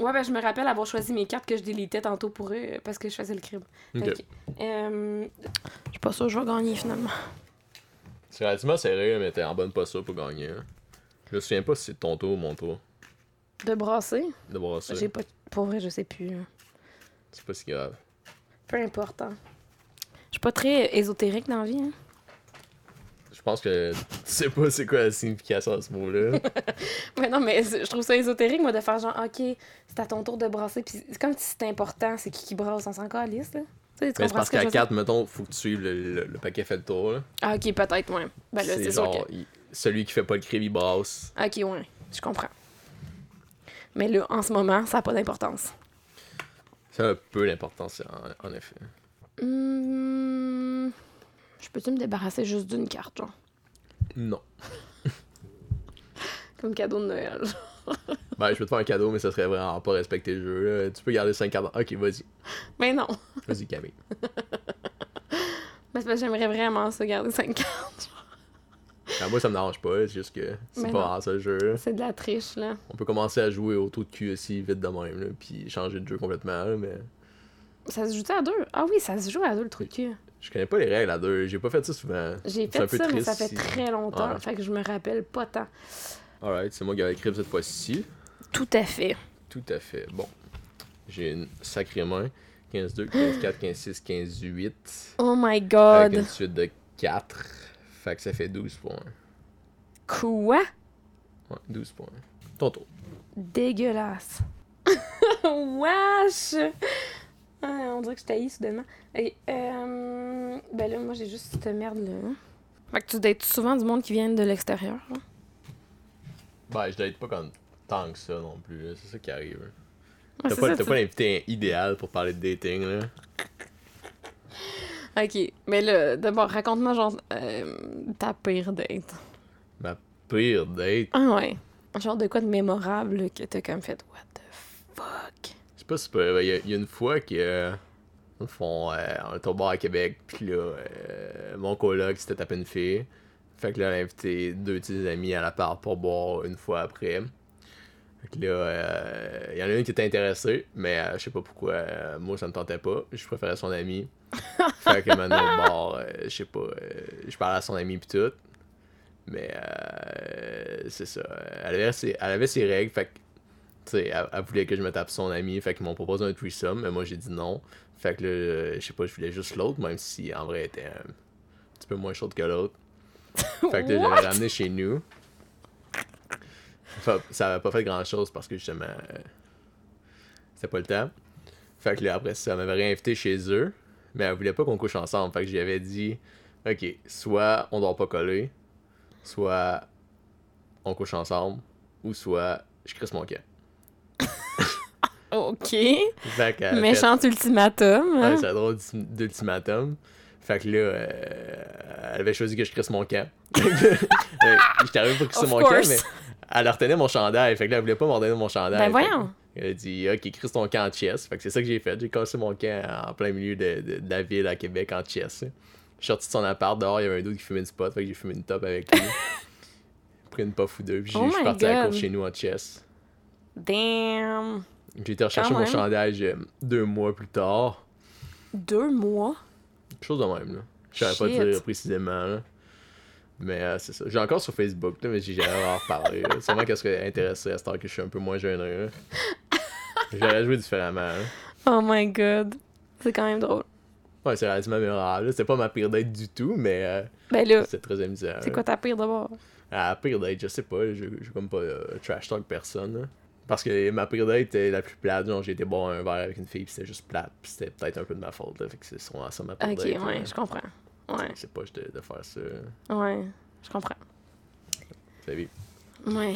<laughs> ouais, ben je me rappelle avoir choisi mes cartes que je délitais tantôt pour eux euh, parce que je faisais le crime. Ok. <laughs> Ok. Euh, Je suis pas sûre que je vais gagner finalement. C'est relativement serré, mais t'es en bonne posture pour gagner. hein. Je me souviens pas si c'est ton tour ou mon tour De brasser? de brasser. J'ai pas... Pour vrai, je sais plus. là. C'est pas si grave. Peu importe. hein. Je suis pas très ésotérique dans la vie. hein. Je pense que tu sais pas c'est quoi la signification de <laughs> ce mot-là. Ouais, non, mais je trouve ça ésotérique, moi, de faire genre, OK, c'est à ton tour de brasser. Puis c'est comme si c'était important, c'est qui qui brasse, on s'en calisse, là. Tu sais, tu Mais c'est comprends parce ce que je qu'à veux dire? 4, mettons, faut que tu suives le, le- le paquet fait le tour. là. Ah, OK, peut-être, ouais. Ben là, c'est sûr que. genre, il- celui qui fait pas le crime, il brasse. OK, ouais, je comprends. Mais là, en ce moment, ça n'a pas d'importance. Ça a un peu l'importance, en, en effet. Hum, Je peux-tu me débarrasser juste d'une carte, genre? Non. Comme cadeau de Noël. Ben, je peux te faire un cadeau, mais ça serait vraiment pas respecter le jeu. là. Tu peux garder 5 cartes. Ok, vas-y. Mais non. <laughs> Vas-y, Camille. Mais c'est parce que j'aimerais vraiment ça garder 5 cartes. genre. Ah, moi, ça me dérange pas. C'est juste que c'est Mais pas non. vraiment ça le jeu. là. C'est de la triche, là. On peut commencer à jouer au taux de cul aussi vite de même, là, puis changer de jeu complètement. là, mais Ça se joue à deux? Ah oui, ça se joue à deux, le truc. je connais pas les règles à deux. J'ai pas fait ça souvent. J'ai C'est un fait peu ça, mais ça fait triste, si- très longtemps. Ouais. Fait que je me rappelle pas tant. Alright, c'est moi qui avais écrit cette fois-ci. Tout à fait. Tout à fait. Bon. J'ai une sacrée main. 15-2, 15-4, 15-6, 15-8. Oh my Avec god. une suite de 4. Fait que ça fait 12 points. Quoi? Ouais, 12 points. Ton tour. Dégueulasse. <laughs> Wesh! Ah, on dirait que je taillis soudainement. Et, euh, ben là, moi, j'ai juste cette merde-là. hein. Fait que tu dates souvent du monde qui vient de l'extérieur. hein? Ben, je date pas comme tant que ça non plus. là. C'est ça qui arrive. là. Ouais, T'as c'est pas, ça, t'as tu- pas l'invité idéal pour parler de dating, là. Ok, mais là, d'abord, raconte-moi, genre, euh, ta pire date. Ma pire date. Ah ouais. Genre de quoi de mémorable là, que t'as comme fait What the fuck? C'est pas super. Il y, a- il y a une fois que. euh, Dans le fond, euh, on est tombé à Québec, puis là, euh, mon coloc s'était tapé une fille. Fait que là, on a invité deux de ses amis à la part pour boire une fois après. Fait que là, euh, il y en a une qui était intéressée, mais euh, je sais pas pourquoi, euh, moi, ça me tentait pas. Je préférais son ami. fait que maintenant, au bar, euh, je sais pas, euh, je parlais à son ami pis tout. Mais euh, c'est ça. Elle avait, ses, elle avait ses règles, fait que tu sais, elle, elle voulait que je me tape son ami, fait qu'ils m'ont proposé un threesome, mais moi j'ai dit non. Fait que là, euh, je sais pas, je voulais juste l'autre, même si en vrai elle était euh, un petit peu moins chaude que l'autre. Fait que là, je l'avais ramené chez nous. Fait- ça avait pas fait grand chose parce que justement, euh, C'était pas le temps. Fait que là, après ça, elle m'avait réinvité chez eux, mais elle voulait pas qu'on couche ensemble. Fait que j'y avais dit, ok, soit on dort pas collé, soit on couche ensemble, ou soit je crisse mon camp. OK. Fait qu'elle a fait- Méchant ultimatum. hein. Ouais, c'est un drôle d'ultim- d'ultimatum. Fait que là, euh, elle avait choisi que je crisse mon camp. <laughs> Euh, J'étais arrivé pour crisser Of mon course. camp, mais elle retenait mon chandail. Fait que là, elle voulait pas m'ordonner mon chandail. ben Fait que voyons. Elle a dit, OK, crisse ton camp en chess. Fait que c'est ça que j'ai fait. J'ai cassé mon camp en plein milieu de, de- de la ville à Québec en chess. Je suis sorti de son appart. Dehors, il y avait un doute qui fumait du pot. Fait que j'ai fumé une top <laughs> avec lui. pris une puff ou deux. Puis j'ai- Oh je suis my parti à la God. course chez nous en chess. Damn. J'ai été rechercher mon même. chandail euh, deux mois plus tard. Deux mois. Quelque chose de même, là. Je saurais Shit. pas dire précisément, là. Mais euh, c'est ça. J'ai encore sur Facebook, là, mais j'ai jamais en reparlé. là. Sûrement qu'elle serait intéressée à ce temps que je suis un peu moins gêné, là. <laughs> J'aurais joué différemment, là. Oh my god. C'est quand même drôle. Ouais, c'est relativement mémorable. là. C'était pas ma pire date du tout, mais euh, Ben là, c'était très amusant. c'est là. quoi ta pire d'abord? À la pire date, je sais pas, je je suis comme pas euh, trash talk personne. là. Parce que ma pire date était la plus plate, genre j'ai été boire un verre avec une fille, puis c'était juste plate, puis c'était peut-être un peu de ma faute, là. Fait que c'est sûrement ça ma pire Ok, date. là. ouais, je comprends. Ouais, Je sais pas, j'étais- de faire ça. là. euh, ouais, je comprends. Vous savez. Ouais.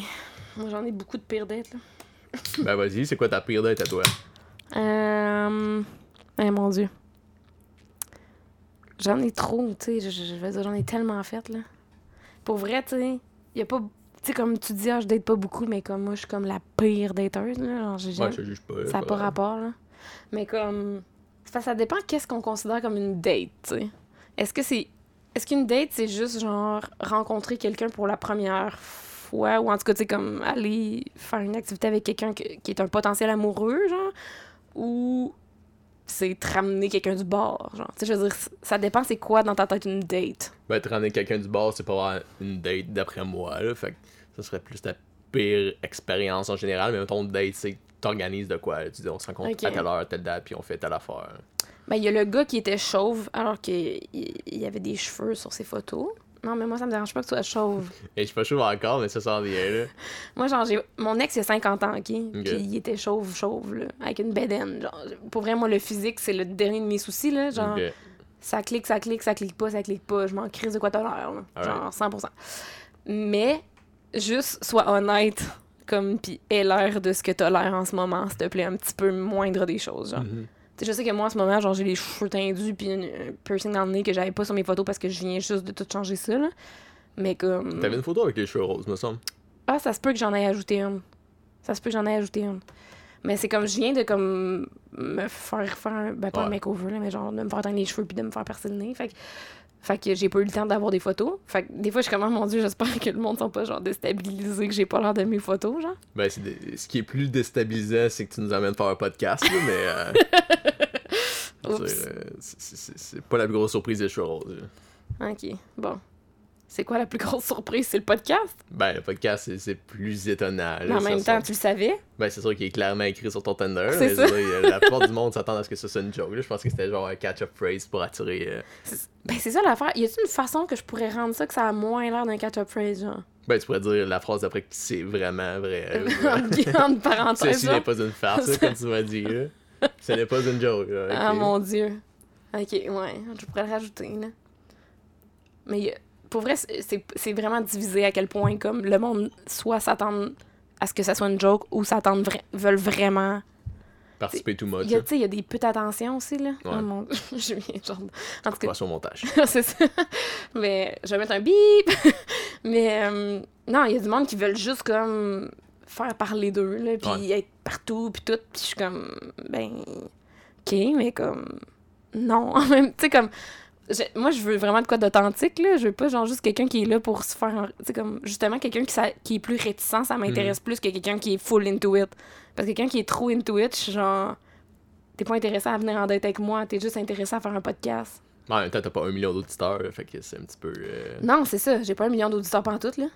Moi, j'en ai beaucoup de pires dates, là. Ben vas-y, c'est quoi ta pire date à toi? Euh... Ben, mon Dieu. J'en ai trop, tu sais. Je, je- je veux dire, j'en ai tellement fait, là. Pour vrai, tu sais, y a pas... Tu sais, comme tu dis, ah, je date pas beaucoup, mais comme moi, je suis comme la pire dateuse, là. Genre, j'ai Ouais, jamais- je te juge pas. Ça n'a pas grave. rapport, là. Mais comme. c'est parce que ça dépend qu'est-ce qu'on considère comme une date, tu sais. Est-ce que c'est. Est-ce qu'une date, c'est juste genre rencontrer quelqu'un pour la première fois ou en tout cas, tu sais, comme aller faire une activité avec quelqu'un que- qui est un potentiel amoureux, genre Ou c'est te ramener quelqu'un du bord, genre Tu sais, je veux dire, c- ça dépend c'est quoi dans ta tête une date. Ben, te ramener quelqu'un du bar, c'est pas avoir une date d'après moi, là. Fait que ça serait plus ta pire expérience en général. Mais ton date, c'est que t'organises de quoi. là. Tu dis, on se rencontre Ok. à telle heure, telle date, puis on fait telle affaire. Ben, il y a le gars qui était chauve alors qu'il il y avait des cheveux sur ses photos. Non, mais moi, ça me dérange pas que tu sois chauve. Et je suis pas chaud encore, mais ça s'en vient, là. Moi, genre, j'ai... mon ex, il a 50 ans, OK? Puis il était chauve, chauve, là, avec une bédaine. Genre, pour vrai, moi, le physique, c'est le dernier de mes soucis, là. <laughs> Genre, Ok. ça clique, ça clique, ça clique pas, ça clique pas. Je m'en crise de quoi t'as l'air, là. Alright. Genre, 100%. Mais, juste, sois honnête, comme, puis aie l'air de ce que t'as l'air en ce moment, s'il te plaît, un petit peu moindre des choses, genre. Mhm. Tu sais, je sais que moi, en ce moment, genre, j'ai les cheveux tendus, puis une- un piercing dans le nez que j'avais pas sur mes photos parce que je viens juste de tout changer ça, là. Mais comme... T'avais une photo avec les cheveux roses, me semble. Ah, ça se peut que j'en ai ajouté une. Ça se peut que j'en ai ajouté une. Mais c'est comme, je viens de comme me faire faire, un- ben pas un Ouais. makeover, là, mais genre de me faire teindre les cheveux puis de me faire percer le nez. Fait que, fait que j'ai pas eu le temps d'avoir des photos. Fait que des fois, je suis comme, Ah, mon dieu, j'espère que le monde sont pas genre déstabilisé, que j'ai pas l'air de mes photos, genre. Ben, c'est des- ce qui est plus déstabilisant, c'est que tu nous amènes faire un podcast, là, mais. euh, je <laughs> veux Oups. dire, euh, c'est- c'est- c'est c'est pas la plus grosse surprise des cheveux roses, là. Ok, bon. C'est quoi la plus grosse surprise? C'est le podcast? Ben, le podcast, c'est- c'est plus étonnant. là. Mais en Ça même sort- temps, tu le savais? Ben, c'est sûr qu'il est clairement écrit sur ton Tinder. C'est mais je ça. veux dire, la plupart du monde s'attend à ce que ça soit une joke. là. Je pense que c'était genre un catch-up phrase pour attirer. euh, C'est- Ben c'est ça l'affaire. Y a-t-il une façon que je pourrais rendre ça que ça a moins l'air d'un catch-up phrase, genre? Ben, tu pourrais dire la phrase d'après que c'est vraiment <laughs> vrai. là. en grande parenthèse, Ceci genre. n'est pas une farce, là, comme tu m'as dit. là. Ce n'est pas une joke. là, ok. Ah mon dieu. Ok, ouais, je pourrais le rajouter, là. Mais euh, pour vrai, c'est- c'est c'est vraiment divisé à quel point, comme, le monde soit s'attend à ce que ça soit une joke ou s'attendent vra- veulent vraiment. Participer too much. Il y a, là. tu sais, il y a des putes attention aussi, là. Ouais. Oh mon <laughs> je viens, genre. En tout cas, Pas sur montage. <laughs> c'est ça. Mais je vais mettre un bip. <laughs> Mais euh, non, il y a du monde qui veulent juste comme faire parler d'eux, là, puis être partout, puis tout. Puis je suis comme, ben, ok, mais comme, non. <laughs> En même- tu sais, comme, je- moi, je veux vraiment de quoi d'authentique, là. Je veux pas, genre, juste quelqu'un qui est là pour se faire. un- Tu sais, comme, justement, quelqu'un qui, s'a- qui est plus réticent, ça m'intéresse plus que quelqu'un qui est full into it. Parce que quelqu'un qui est trop into it, je suis genre. T'es pas intéressé à venir en date avec moi, t'es juste intéressé à faire un podcast. Mais en même temps, t'as pas un million d'auditeurs, là, fait que c'est un petit peu. euh, Non, c'est ça. J'ai pas un million d'auditeurs pantoute, là.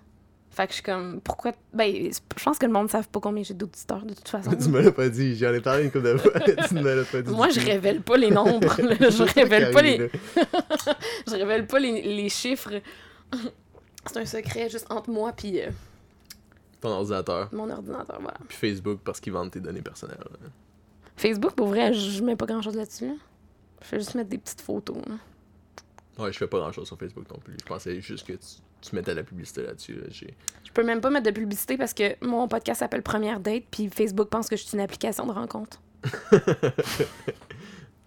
Fait que je suis comme, pourquoi... Ben, je pense que le monde ne savent pas combien j'ai d'auditeurs, de toute <laughs> façon. tu me l'as pas dit. J'en ai parlé une couple de fois. <laughs> tu me l'as pas dit. Moi, du je tout. révèle pas les nombres. <laughs> là. Je C'est ça qui révèle pas arrive, les, là. je révèle pas les, les chiffres. <laughs> C'est un secret juste entre moi puis euh, Ton ordinateur. mon ordinateur, voilà. Puis Facebook parce qu'ils vendent tes données personnelles. là. Facebook, pour vrai, je je mets pas grand-chose là-dessus. là. Je fais juste mettre des petites photos. là. Ouais, je fais pas grand chose sur Facebook non plus. Je pensais juste que tu, tu mettais la publicité là-dessus. là. J'ai- Je peux même pas mettre de publicité parce que mon podcast s'appelle Première Date, puis Facebook pense que je suis une application de rencontre.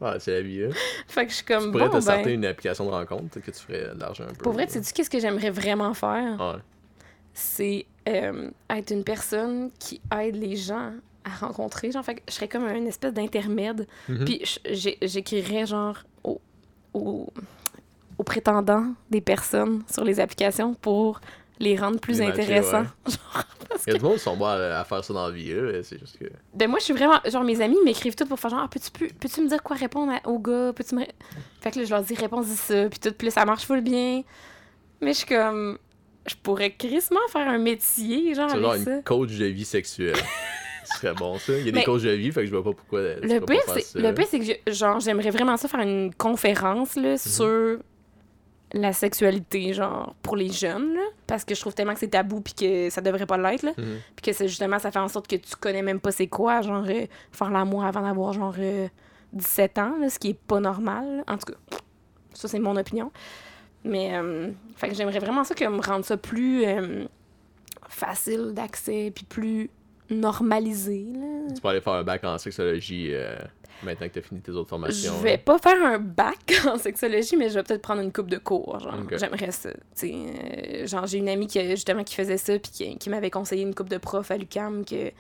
Ah, c'est la vie, hein. Fait que je suis Tu comme pourrais bon, te sortir ben, une application de rencontre peut-être que tu ferais de l'argent un peu. Pour vrai, là. sais-tu qu'est-ce que j'aimerais vraiment faire? Ouais. C'est euh, être une personne qui aide les gens à rencontrer. Genre, fait que je serais comme une espèce d'intermède. Mhm. Puis je- j'ai- j'écrirais genre aux, aux, aux prétendants des personnes sur les applications pour les rendre plus Les matcher, intéressants. <laughs> Il y a du monde qui sont bons à, à faire ça dans la vie, là. C'est juste que. Ben moi, je suis vraiment... Genre, mes amis m'écrivent tout pour faire genre, ah, peux-tu pu- peux-tu me dire quoi répondre à- au gars? Peux-tu me... ré- Fait que là, je leur dis, réponds-y ça, puis tout, puis là, ça marche full bien. Mais je suis comme... Je pourrais crissement faire un métier, genre, C'est genre avec Ah, ça. une coach de <laughs> vie sexuelle. Ce serait bon, ça. Il y a Mais- des coachs de vie, fait que je vois pas pourquoi. tu Le pourrais pas pire, faire c'est, ça. le pire, c'est que, je- genre, j'aimerais vraiment ça faire une conférence, Mhm. là, sur la sexualité, genre, pour les jeunes, là, parce que je trouve tellement que c'est tabou, puis que ça devrait pas l'être, là. Mhm. Puis que c'est justement, ça fait en sorte que tu connais même pas c'est quoi, genre, euh, faire l'amour avant d'avoir, genre, euh, 17 ans, là, ce qui est pas normal. là. En tout cas, ça, c'est mon opinion. Mais, euh, fait que j'aimerais vraiment ça, que me rendre ça plus euh, facile d'accès, puis plus normalisé, là. Tu peux aller faire un bac en sexologie euh, maintenant que t'as fini tes autres Je formations. vais là. pas faire un bac <laughs> en sexologie, mais je vais peut-être prendre une coupe de cours. Genre, Ok. j'aimerais ça. tu sais, euh, genre, j'ai une amie qui, justement qui faisait ça puis qui, qui m'avait conseillé une coupe de prof à l'UCAM que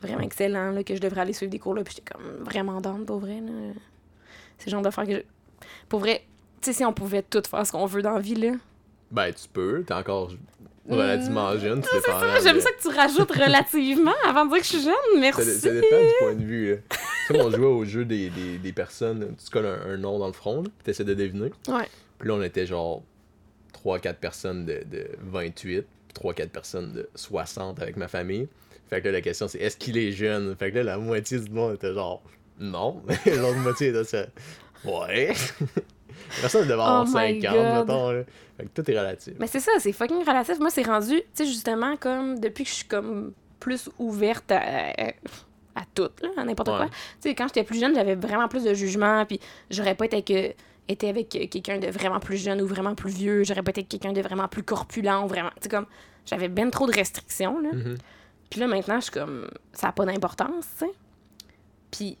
vraiment excellent, là, que je devrais aller suivre des cours là. Puis j'étais comme vraiment down pour vrai. là. C'est le genre d'affaire que je... Pour vrai, tu sais, si on pouvait tout faire ce qu'on veut dans la vie, là. Ben, tu peux. T'es encore relativement jeune. C'est Ah, J'aime ça que tu rajoutes <laughs> relativement avant de dire que je suis jeune. Ça, Merci. dé- ça dépend du point de vue. là. Tu sais, on jouait au jeu des, des, des personnes. Tu colles un, un nom dans le front, là, puis t'essaies de deviner. Ouais. Puis là, on était genre 3-4 personnes de, de 28, puis 3-4 personnes de 60 avec ma famille. Fait que là, la question, c'est est-ce qu'il est jeune? Fait que là, la moitié du monde était genre non. <laughs> L'autre moitié était ça. Ouais. <laughs> Personne devait avoir Oh my 50, God. mettons. Là. Fait que tout est relatif. Mais c'est ça, c'est fucking relatif. Moi, c'est rendu, tu sais, justement, comme depuis que je suis comme plus ouverte à, à, à tout, là, à n'importe Ouais. quoi. Tu sais, quand j'étais plus jeune, j'avais vraiment plus de jugement, puis j'aurais pas été avec, euh, été avec euh, quelqu'un de vraiment plus jeune ou vraiment plus vieux, j'aurais pas été avec quelqu'un de vraiment plus corpulent, vraiment. Tu sais, comme, j'avais ben trop de restrictions, là. Mhm. Puis là, maintenant, je suis comme, ça a pas d'importance, tu sais. Puis,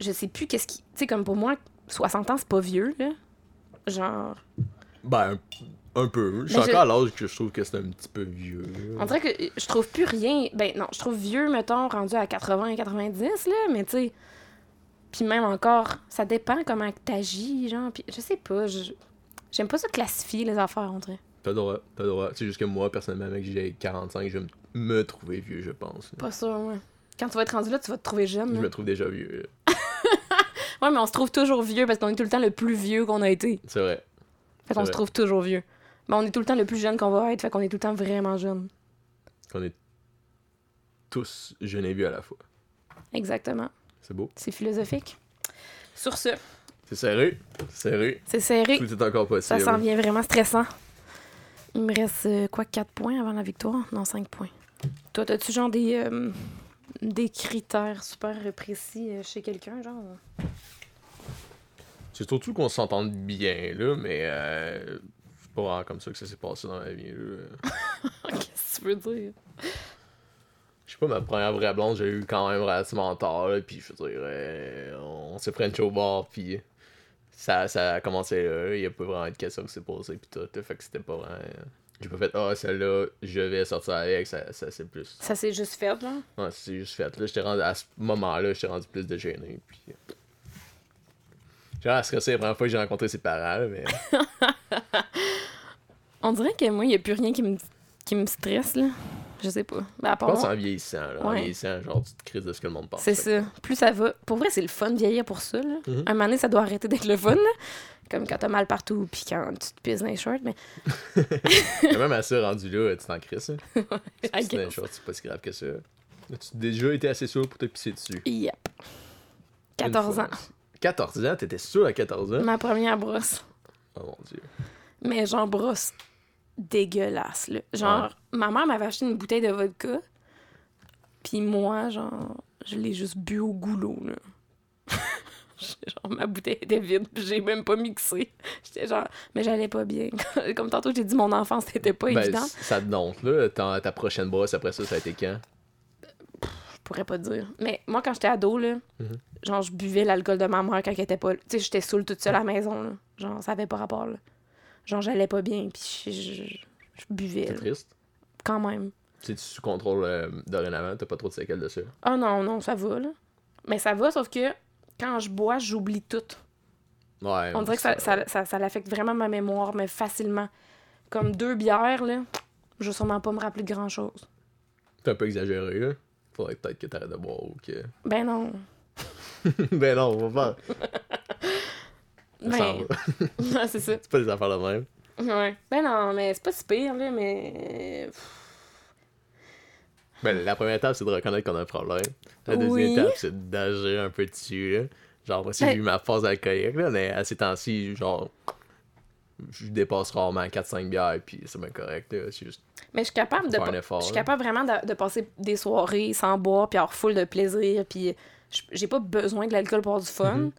je sais plus qu'est-ce qui. Tu sais, comme pour moi, 60 ans, c'est pas vieux, là. Genre. Ben, un, un peu. Je suis Mais je- encore à l'âge que je trouve que c'est un petit peu vieux. là. On dirait que je trouve plus rien. Ben non, je trouve vieux, mettons, rendu à 80 et 90, là, mais tu sais. Puis même encore, ça dépend comment que t'agis, genre. Puis je sais pas, je- j'aime pas ça classifier les affaires, on dirait. T'as le droit, t'as le droit. C'est juste que moi, personnellement, mec, j'ai 45, je vais me- me trouver vieux, je pense. Pas sûr, ouais. Quand tu vas être rendu là, tu vas te trouver jeune. Je hein. me trouve déjà vieux. Ouais, mais on se trouve toujours vieux parce qu'on est tout le temps le plus vieux qu'on a été. C'est vrai. Fait qu'on C'est se vrai. trouve toujours vieux. Mais on est tout le temps le plus jeune qu'on va être, fait qu'on est tout le temps vraiment jeune. Qu'on est tous jeunes et vieux à la fois. Exactement. C'est beau. C'est philosophique. Sur ce, C'est serré. C'est serré. c'est serré. Tout est encore Ça possible. s'en vient vraiment stressant. Il me reste euh, quoi, 4 points avant la victoire? Non, 5 points. Toi, t'as-tu genre des, euh, des critères super précis euh, chez quelqu'un, <laughs> genre? C'est surtout qu'on s'entende bien, là, mais euh, c'est pas vraiment comme ça que ça s'est passé dans la vie. là. Qu'est-ce que tu veux dire? Je sais pas, ma première vraie blonde, j'ai eu quand même relativement tard, là, puis je veux dire, euh, on s'est French au bar, puis ça, ça a commencé là, il y a pas vraiment de question qui s'est posée, puis tout, là, fait que c'était pas vraiment... J'ai pas fait, ah, celle-là, je vais sortir avec, ça, ça c'est plus... Ça s'est juste fait, genre? Non, c'est juste fait, là, j'étais rendu, à ce moment-là, j'étais rendu plus de gêné, puis... euh, Genre, à stresser la première fois que j'ai rencontré ses parents, là, mais... On dirait que moi, il a plus rien qui me, qui me stresse, là. Je sais pas. Ben, à Je part pense moi, en vieillissant, là, en Ouais. vieillissant, genre, tu te crises de ce que le monde pense. c'est fait ça. Plus ça va. Pour vrai, c'est le fun de vieillir pour ça, là. Mhm. Un moment donné, ça doit arrêter d'être le fun, là. Comme quand t'as mal partout, puis quand tu te pisses dans les shorts, mais... que Même à ça, rendu là, tu t'en crises, <laughs> hein. I C'est guess. un short, c'est pas si grave que ça. As-tu déjà été assez sûr pour te pisser dessus? Yep. 14 Une ans. fois. 14 ans? T'étais sûr à 14 ans? Ma première brosse. Oh mon dieu. Mais genre brosse dégueulasse, là. Genre, ma mère m'avait acheté une bouteille de vodka, puis moi, genre, je l'ai juste bu au goulot, là. <laughs> ma bouteille était vide, puis j'ai même pas mixé. <laughs> J'étais genre, mais j'allais pas bien. <laughs> Comme tantôt, j'ai dit, mon enfance, c'était pas Ben, évident. c- ça te donte, là. Ta, ta prochaine brosse après ça, ça a été quand? Je pourrais pas te dire. Mais moi, quand j'étais ado, là, Mhm. genre, je buvais l'alcool de ma mère quand elle était pas. Tu sais, j'étais saoule toute seule à la maison, là. Genre, ça avait pas rapport, là. Genre, j'allais pas bien, puis je, je- je buvais, C'est là, triste. quand même. Tu sous contrôle euh, dorénavant, t'as pas trop de séquelles de ça. Ah non, non, ça va, là. Mais ça va, sauf que quand je bois, j'oublie tout. Ouais. On dirait que ça, ça, ça, ça l'affecte vraiment ma mémoire, mais facilement. Comme deux bières, là, je vais sûrement pas me rappeler de grand-chose. T'es un peu exagéré, là. Faudrait peut-être que t'arrêtes de boire ou que. <laughs> Ben non. ben non, on va faire. Ça s'en Ben, va. <laughs> Ah, <laughs> c'est ça. C'est pas des affaires de même. Ouais. Ben non, mais c'est pas si pire, là, mais... euh, Ben, la première étape, c'est de reconnaître qu'on a un problème. La deuxième Oui. étape, c'est d'agir un peu dessus, là. Genre, moi, si Ben- j'ai eu ma phase alcoolique, là, mais à ces temps-ci, genre, je dépasse rarement 4-5 bières, puis c'est bien correct, là. C'est juste. Mais je suis capable de... Faire un pas- effort, je suis là. capable vraiment de, de passer des soirées sans boire, puis avoir full de plaisir, puis je- j'ai pas besoin de l'alcool pour avoir du fun. Mhm.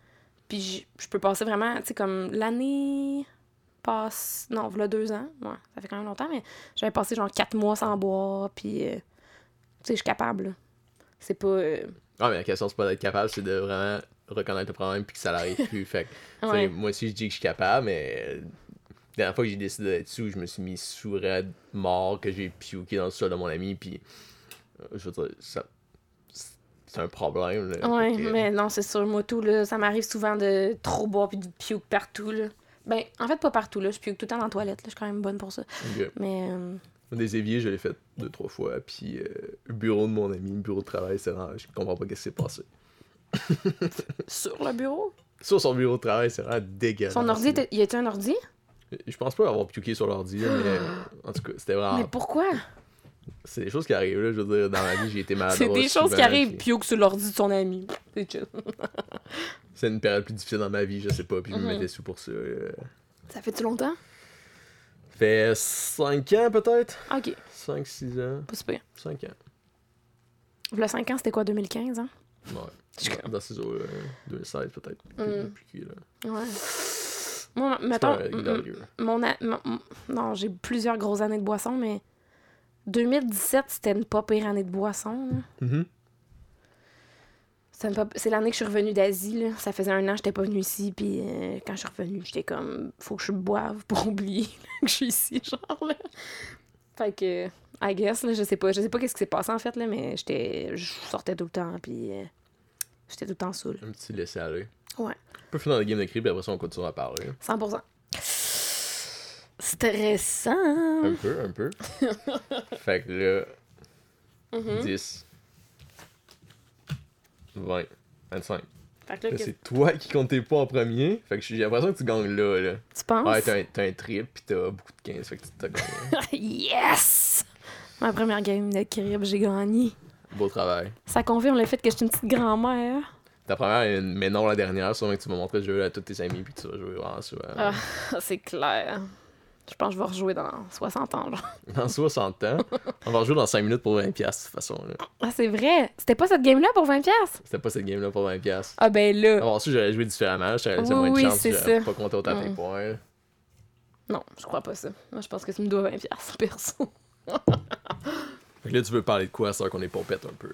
Puis je- je peux passer vraiment, tu sais, comme l'année passe... Non, voilà deux ans. Ouais, ça fait quand même longtemps, mais j'avais passé genre quatre mois sans boire, puis... euh, Tu sais, je suis capable, là. C'est pas... euh, Ah, mais la question, c'est pas d'être capable, c'est de vraiment reconnaître le problème, puis que ça l'arrive <laughs> plus. fait que, tu sais, Ouais. moi aussi, je dis que je suis capable, mais. euh, La dernière fois que j'ai décidé d'être sous, je me suis mis sous raide, mort, que j'ai piouqué dans le sol de mon ami, puis. euh, Je veux dire, ça. C'est un problème, là. Ouais, Fait que- mais non, c'est sûr, moi, tout, là, ça m'arrive souvent de trop boire puis de puke partout, là. Ben, en fait, pas partout, là. Je puke tout le temps dans la toilette, là. Je suis quand même bonne pour ça. Ok. Mais, euh, Des éviers, je l'ai fait deux, trois fois. Puis euh, le bureau de mon ami, le bureau de travail, c'est vraiment. Je comprends pas ce qui s'est passé. sur le bureau? Sur son bureau de travail, c'est vraiment dégueulasse. Son ordi, était- y a-tu un ordi? Je pense pas avoir piqué sur l'ordi, là, mais euh, <gasps> en tout cas, c'était vraiment. Mais pourquoi? C'est des choses qui arrivent, là. Je veux dire, dans ma vie, j'ai été <laughs> malade. Ah c'est des choses qui arrivent, puke sur l'ordi de son ami. <laughs> C'est chill. C'est une période plus difficile dans ma vie, je sais pas. Puis je Mhm. me mettais sous pour ça. euh. Ça fait-tu longtemps? Fait 5 ans, peut-être Ah, ok, 5, 6 ans. pas super. 5 ans. Le 5 ans, c'était quoi, 2015, hein? Ouais. Je suis comme- Dans ces eaux-là, hein, 2016, peut-être. Mm. Piqué, là. Ouais. Moi, C'est mettons, pas, euh, m- m- glorieux. mon, a- mon- mon- non, j'ai plusieurs grosses années de boisson, mais 2017, c'était une pas pire année de boisson, là. Mhm. Ça me pas- C'est l'année que je suis revenue d'Asie. là. Ça faisait un an que j'étais pas venue ici. Puis euh, quand je suis revenue, j'étais comme, faut que je boive pour <laughs> oublier que je suis ici, genre. Là. Fait que, I guess, là, je sais pas. Je sais pas qu'est-ce qui s'est passé en fait, là, mais j'étais. Je sortais tout le temps. Puis euh, j'étais tout le temps saoule. Un petit laisser-aller. Ouais. On peut finir la game de cri, puis après ça, on continue à parler. 100%. Stressant. Un peu, <laughs> un peu. fait que là, Mm-hmm. 10, 20, 25. Fait que là, Là, qu'est-ce- ben, c'est toi qui comptais pas en premier. Fait que j'ai l'impression que tu gagnes là. là. tu penses? Ouais, t'as un, t'as un trip, puis t'as beaucoup de 15. Fait que tu t'as <laughs> gagné. <laughs> yes! Ma première game de crib, j'ai gagné. Beau travail. Ça confirme le fait que je suis une petite grand-mère. Ta première, est une- mais non la dernière, sûrement que tu m'as montré le jeu à tous tes amis, puis que tu vas jouer vraiment souvent. Ah. <laughs> C'est clair. Je pense que je vais rejouer dans 60 ans. genre. <laughs> Dans 60 ans, on va rejouer dans 5 minutes pour 20$, de toute façon. là. Ah, c'est vrai. C'était pas cette game-là pour 20$? C'était pas cette game-là pour 20$. Ah, ben <laughs> là. Alors, si j'aurais joué différemment, j'aurais Oui, laissé moins de oui, chance, c'est j'aurais ça. pas compté autant tes Mm. points. Non, je crois pas ça. Moi, je pense que tu me dois 20$, <laughs> perso. Fait que là, tu veux parler de quoi, ça qu'on est pompette un peu. là?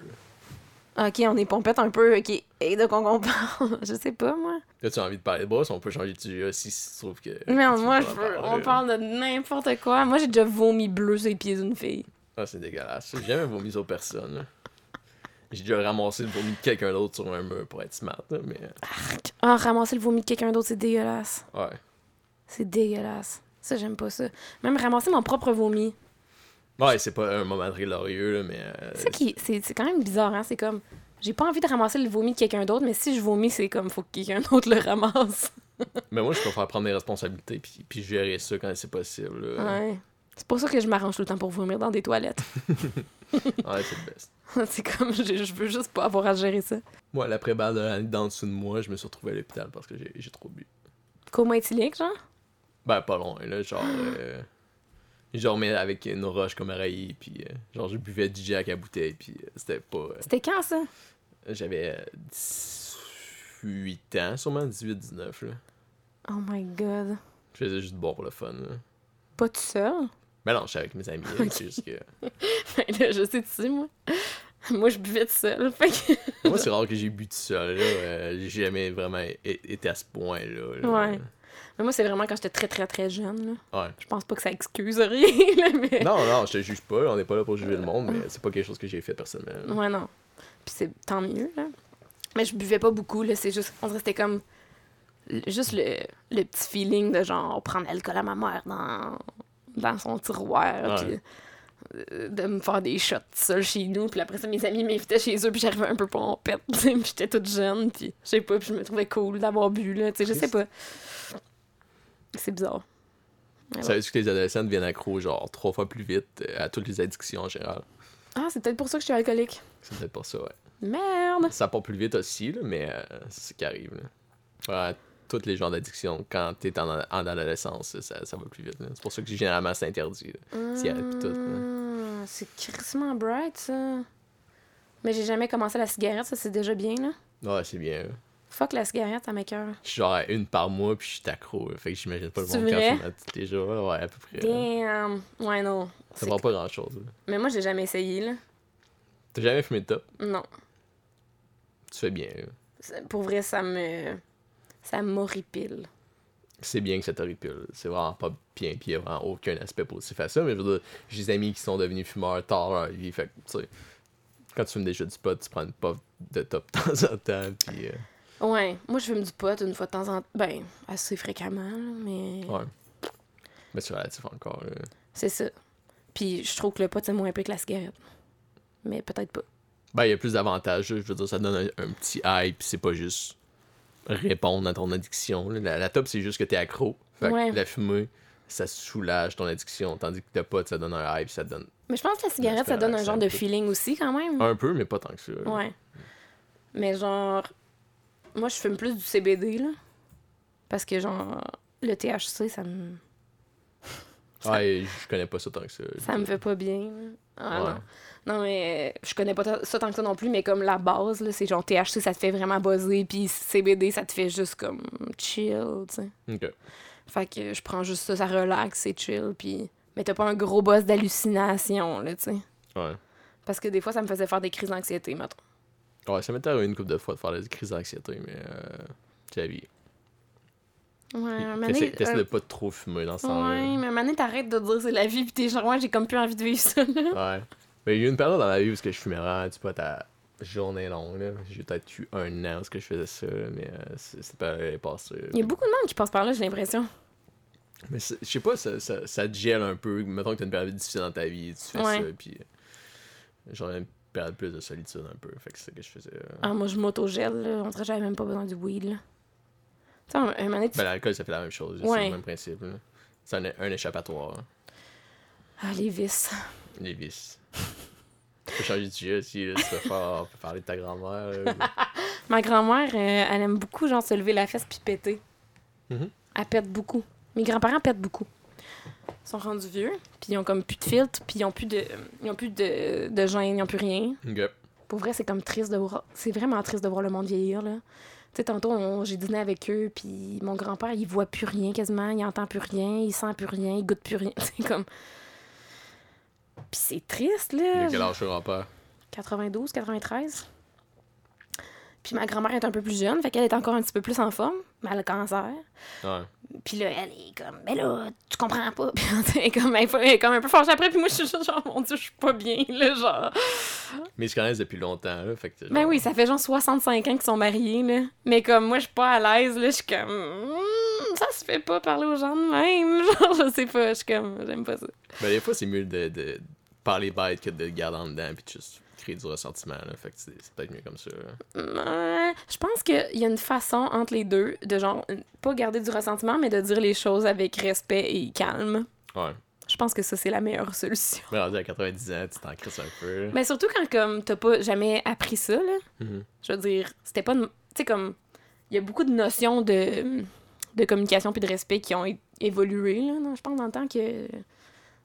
Ok, on est pompette un peu. Ok. Et de qu'on parle? <laughs> Je sais pas, moi. Là, tu as envie de parler de boss, on peut changer de sujet si tu trouves que. Non, tu veux moi, pas je veux- en on parler. parle de n'importe quoi. Moi, j'ai déjà vomi bleu sur les pieds d'une fille. Ah, c'est dégueulasse. J'ai jamais vomi sur personne. là. J'ai déjà ramassé le vomi de quelqu'un d'autre sur un mur pour être smart, là, mais. Ah, ramasser le vomi de quelqu'un d'autre, c'est dégueulasse. Ouais. C'est dégueulasse. Ça, j'aime pas ça. Même ramasser mon propre vomi. Ouais, c'est pas un moment très glorieux, là, mais. euh, C'est ça qui- c'est c'est quand même bizarre, hein? C'est comme. J'ai pas envie de ramasser le vomi de quelqu'un d'autre, mais si je vomis, c'est comme faut que quelqu'un <laughs> d'autre le ramasse. Mais moi, je préfère prendre mes responsabilités puis, puis gérer ça quand c'est possible. là. Ouais. C'est pour ça que je m'arrange tout le temps pour vomir dans des toilettes. <laughs> ouais c'est le best. c'est comme, je, je veux juste pas avoir à gérer ça. Moi, l'après-balle de l'année d'en dessous de moi, je me suis retrouvé à l'hôpital parce que j'ai j'ai trop bu. Coma éthylique, genre? Ben, pas loin, là, genre... euh, genre, mais avec une roche comme oreiller, puis euh, genre, je buvais du jack à bouteille, puis euh, c'était pas... euh, C'était quand, ça? J'avais... euh, dix- 8 ans, sûrement 18-19. là. Oh my god. Je faisais juste boire pour le fun. Là. Pas tout seul? <laughs> Ben non, je suis avec mes amis. là, c'est juste que... Fait que là, je sais, tu sais, moi. <laughs> Moi, je buvais tout seul. Fait que. <laughs> Moi, c'est rare que j'ai bu tout seul. là. Euh, j'ai jamais vraiment é- été à ce point-là. là. Ouais. Mais moi, c'est vraiment quand j'étais très, très, très jeune. Là. Ouais. Je pense pas que ça excuse rien, <laughs> là, mais. Non, non, je te juge pas. On n'est pas là pour juger le monde, mais c'est pas quelque chose que j'ai fait personnellement. Ouais, non. Puis c'est tant mieux, là. Mais je buvais pas beaucoup, là. C'est juste. On dirait que c'était comme. le- Juste le, le petit feeling de genre prendre l'alcool à ma mère dans, dans son tiroir, Ouais. puis euh, de me faire des shots seul chez nous. Puis après ça, mes amis m'invitaient chez eux, puis j'arrivais un peu pompette, <laughs> tu sais, puis j'étais toute jeune, puis je sais pas, puis je me trouvais cool d'avoir bu, là. Tu sais, je sais pas. C'est bizarre. Ouais. Savais-tu que les adolescents deviennent accros, genre, trois fois plus vite euh, à toutes les addictions en général? Ah, c'est peut-être pour ça que je suis alcoolique. C'est peut-être pour ça, ouais. Merde! Ça part plus vite aussi, là, mais euh, c'est ce qui arrive. Là. Ouais, toutes les genres d'addiction, quand t'es en, en adolescence, ça, ça va plus vite. là. C'est pour ça que généralement, c'est interdit. là. Cigarette pis tout, là. Ah, C'est crissement bright, ça. Mais j'ai jamais commencé la cigarette, ça, c'est déjà bien, là. Ouais, c'est bien. là. Fuck la cigarette, à ma cœur. Je suis genre à une par mois, puis je suis accro. là. Fait que j'imagine pas le C'est monde qui en vrai? fume à tous les jours. Ouais, à peu près. là. Damn! Ouais, non. Ça C'est- prend pas grand-chose. là. Mais moi, j'ai jamais essayé, là. T'as jamais fumé de top? Non. Tu fais bien. là. C'est- Pour vrai, ça me... Ça m'horripile. c'est bien que ça te ripule. C'est vraiment pas bien, puis il y a vraiment aucun aspect positif à ça. Mais je veux dire, j'ai des amis qui sont devenus fumeurs tard dans la vie. Fait que, tu sais, quand tu fumes déjà du pot, tu prends une puff de top de temps en temps, puis euh, Ouais. Moi, je fume du pot une fois de temps en temps. Ben, assez fréquemment, là, mais... ouais. Mais c'est relatif encore. là. C'est ça. Puis je trouve que le pot, c'est moins pire que la cigarette. Mais peut-être pas. Ben, il y a plus d'avantages. là. Je veux dire, ça donne un, un petit hype, puis c'est pas juste répondre à ton addiction. là. La, la top, c'est juste que t'es accro. Fait que Ouais. la fumée, ça soulage ton addiction. Tandis que le pot, ça donne un hype, ça donne Mais je pense que la cigarette, ça J'espère donne que un ça genre me de coûte. feeling aussi, quand même. un peu, mais pas tant que ça. là. Mm. Ouais. Mais genre, moi, je fume plus du CBD, là. Parce que, genre, le THC, ça me, Ouais, Ah, je connais pas ça tant que ça. ça me fait pas bien. là. Ah, Ouais. non. non, mais je connais pas ta- ça tant que ça non plus, mais comme la base, là, c'est genre THC, ça te fait vraiment buzzer, puis CBD, ça te fait juste comme chill, tu sais. Ok. Fait que je prends juste ça, ça relaxe, c'est chill, puis. Mais t'as pas un gros buzz d'hallucination, là, tu sais. Ouais. Parce que des fois, ça me faisait faire des crises d'anxiété, mettons. Ouais, ça m'est arrivé une couple de fois de faire des crises d'anxiété, mais euh, j'ai la vie. Ouais, un moment donné, T'essaies t'essaies un- de pas trop fumer dans ce euh, Ouais, temps-là. mais maintenant, t'arrêtes de dire c'est la vie, pis t'es genre, ouais, j'ai comme plus envie de vivre ça, là. Ouais. Mais il y a eu une période dans ma vie où est-ce que je fumais vraiment du pot à journée longue. là. J'ai peut-être eu un an où est-ce que je faisais ça, là, mais euh, c- cette période est passée. Il y a beaucoup de monde qui passe par là, j'ai l'impression. Mais c'est- je sais pas, ça, ça, ça te gèle un peu. Mettons que t'as une période difficile dans ta vie, tu fais Ouais. ça, puis euh, genre une période plus de solitude un peu. Fait que c'est ça que je faisais. euh. Ah, moi, je m'autogèle, là. On dirait que j'avais même pas besoin du weed, là. Tu sais, un un moment donné, tu- Ben, l'alcool, ça fait la même chose. C'est Ouais. le même principe. là. C'est un, un échappatoire. hein. Ah, les vices. Les vices. Tu peux changer de sujet aussi, là, tu peux faire- on peut parler de ta grand-mère. là, <laughs> ou- Ma grand-mère, euh, elle aime beaucoup, genre, se lever la fesse puis péter. Mhm. Elle pète beaucoup. Mes grands-parents pètent beaucoup. Ils sont rendus vieux, puis ils ont comme plus de filtre, puis ils ont plus de, ils ont plus de, de gêne, ils ont plus rien. Ok. Pour vrai, c'est comme triste de voir. C'est vraiment triste de voir le monde vieillir, là. Tu sais, tantôt, on- j'ai dîné avec eux, puis mon grand-père, il voit plus rien quasiment, il entend plus rien, il sent plus rien, il goûte plus rien. <laughs> C'est comme. Puis c'est triste, Il là. a quel âge ton grand-père 92, 93. Puis ma grand-mère est un peu plus jeune, fait qu'elle est encore un petit peu plus en forme, mais elle a le cancer. Ouais. Puis là, elle est comme, mais là, tu comprends pas. <laughs> Puis elle est comme, elle est- elle est comme un peu fâchée après, puis moi, je suis juste genre, mon Dieu, je suis pas bien, là, genre. Mais ils se connaissent depuis longtemps. Là, fait que, Ben oui, ça fait genre 65 ans qu'ils sont mariés, là. Mais comme moi, je suis pas à l'aise, là, je suis comme. Hmm, ça se fait pas parler aux gens de même. <laughs> Genre, je sais pas, je suis comme. J'aime pas ça. Ben, des fois, c'est mieux de, de parler bête que de le garder en dedans puis de juste créer du ressentiment. Là, fait que c'est c'est peut-être mieux comme ça. là. Ouais, je pense qu'il y a une façon entre les deux de genre. Pas garder du ressentiment, mais de dire les choses avec respect et calme. Ouais. Je pense que ça, c'est la meilleure solution. Mais rendu à 90 ans, tu t'en crisses un peu. là. Mais surtout quand, comme, t'as pas jamais appris ça, là. Mhm. Je veux dire, c'était pas. une- Tu sais, comme. Il y a beaucoup de notions de, de communication puis de respect qui ont é- évolué, là. non? Je pense dans le temps que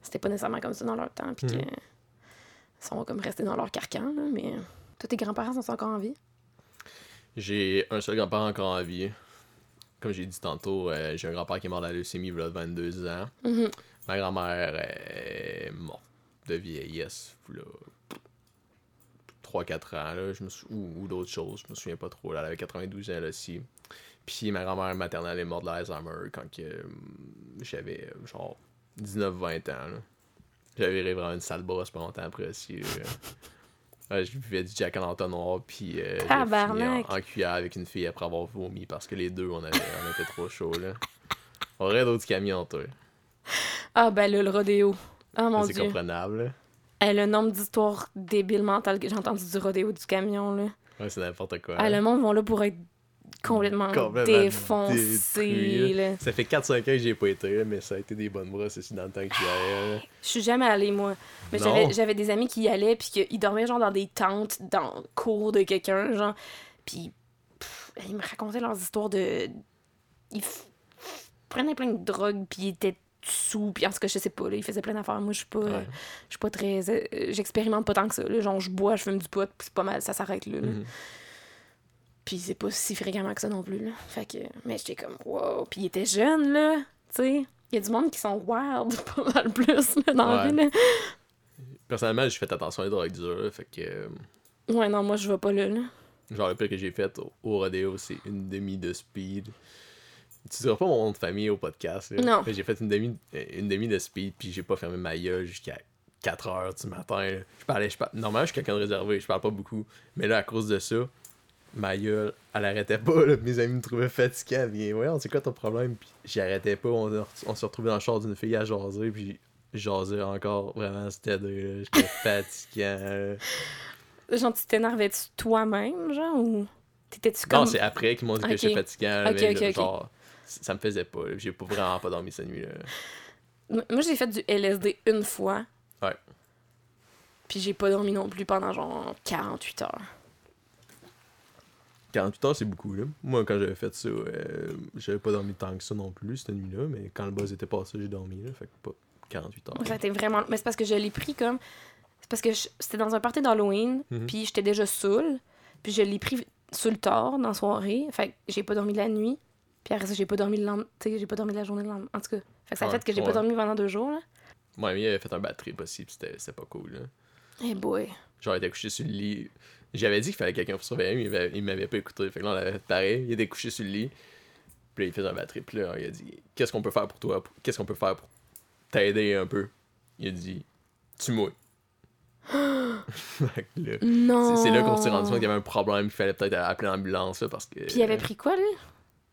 c'était pas nécessairement comme ça dans leur temps, puis que. Mhm. Ils sont comme restés dans leur carcan, là, mais. Tous tes grands-parents sont encore en vie. J'ai un seul grand-père encore en vie. Comme j'ai dit tantôt, euh, j'ai un grand-père qui est mort de la leucémie il y a 22 ans. Mhm. Ma grand-mère est morte de vieillesse, là, 3-4 ans, là, je me sou- ou, ou d'autres choses, je me souviens pas trop. Là, elle avait 92 ans, là, aussi. Puis ma grand-mère maternelle est morte de l'Alzheimer quand que, euh, j'avais, euh, genre, 19-20 ans, là. J'avais rêvé vraiment une sale brosse pas longtemps après <laughs> aussi. là. Ouais, je buvais du Jack en entonnoir, puis euh, j'ai fini Tabarnak. en, en cuillère avec une fille après avoir vomi parce que les deux, on, avait, on était trop chaud là. On aurait d'autres camions, toi. Ah, ben là, le rodéo. Ah, mon C'est Dieu. comprenable, là. Eh, le nombre d'histoires débiles mentales que j'ai entendu du rodéo du camion, là. Ouais, c'est n'importe quoi. Ah, là. le monde vont là pour être complètement, Complètement défoncé, détruit, là. Ça fait 4-5 ans que j'ai pas été, là, mais ça a été des bonnes brosses aussi dans le temps que j'y allais. là. Je suis jamais allée, moi. Mais Non. j'avais- j'avais des amis qui y allaient, puis qu'ils dormaient, genre, dans des tentes, dans le cours de quelqu'un, genre. Puis, pff, ils me racontaient leurs histoires de. Ils f- prenaient plein de drogues, puis ils étaient sous, puis en tout cas, je sais pas, là, ils faisaient plein d'affaires. Moi, je suis pas. Ouais. Je suis pas très. euh, J'expérimente pas tant que ça, là. Genre, je bois, je fume du pot, puis c'est pas mal, ça s'arrête là. là. Mhm. Puis c'est pas si fréquemment que ça non plus, là. Fait que... Mais j'étais comme, wow! Puis il était jeune, là, tu sais. Il y a du monde qui sont wild <laughs> pas mal plus, là, dans la Ouais. vie, là. Personnellement, j'ai fait attention aux drogues dures, là, fait que. euh, Ouais, non, moi, je vais pas là, là. Genre, le pire que j'ai fait au, au rodéo, c'est une demi de speed. Tu diras pas mon nom de famille au podcast. là. Non. Mais J'ai fait une demi, euh, une demi de speed, puis j'ai pas fermé ma gueule jusqu'à 4 heures du matin. là. Je parlais, je par- Normalement, je suis quelqu'un de réservé, je parle pas beaucoup. Mais là, à cause de ça, ma gueule, elle arrêtait pas. là. Mes amis me trouvaient fatigué. Elle vient, voyons, c'est quoi ton problème? Puis j'arrêtais pas. On, a- on se retrouvait dans le char d'une fille à jaser, puis jaser encore. Vraiment, c'était deux. là. J'étais fatiguant. là. Genre, tu t'énervais-tu toi-même, genre, ou t'étais-tu Non, comme... c'est après qu'ils m'ont dit que Ok. j'étais fatiguant. là, Ok, mais ok, là, ok. genre, c- ça me faisait pas. là. J'ai pas- vraiment pas dormi cette nuit-là. M- moi, j'ai fait du LSD une fois. Ouais. Puis j'ai pas dormi non plus pendant, genre, 48 heures. 48 heures, c'est beaucoup. Là. Moi, quand j'avais fait ça, euh, j'avais pas dormi tant que ça non plus cette nuit-là. Mais quand le buzz était passé, j'ai dormi. Là, fait que pas 48 heures. Moi, ça a été vraiment... Mais c'est parce que je l'ai pris comme... C'est parce que je- c'était dans un party d'Halloween, Mhm. puis j'étais déjà saoule. Puis je l'ai pris sur le tard, dans la soirée. Fait que j'ai pas dormi de la nuit. Puis après ça, j'ai pas dormi le lendemain. Tu sais, j'ai pas dormi de la journée le lendemain. En tout cas, fait que ça a Ouais, fait que j'ai ouais. pas dormi pendant deux jours, là. Mon ami avait fait un batterie possible, c'était c'était pas cool. Là. Eh boy. Genre, il était couché sur le lit. J'avais dit qu'il fallait quelqu'un pour surveiller, mais il m'avait- il m'avait pas écouté. Fait que là, on l'avait fait pareil. Il était couché sur le lit. Puis là, il faisait un batterie. Puis là, il a dit Qu'est-ce qu'on peut faire pour toi Qu'est-ce qu'on peut faire pour t'aider un peu Il a dit Tu mouilles. Fait que là, Non! c'est- c'est là qu'on s'est rendu compte qu'il y avait un problème. Il fallait peut-être appeler l'ambulance là, parce que. Puis il avait pris quoi, lui?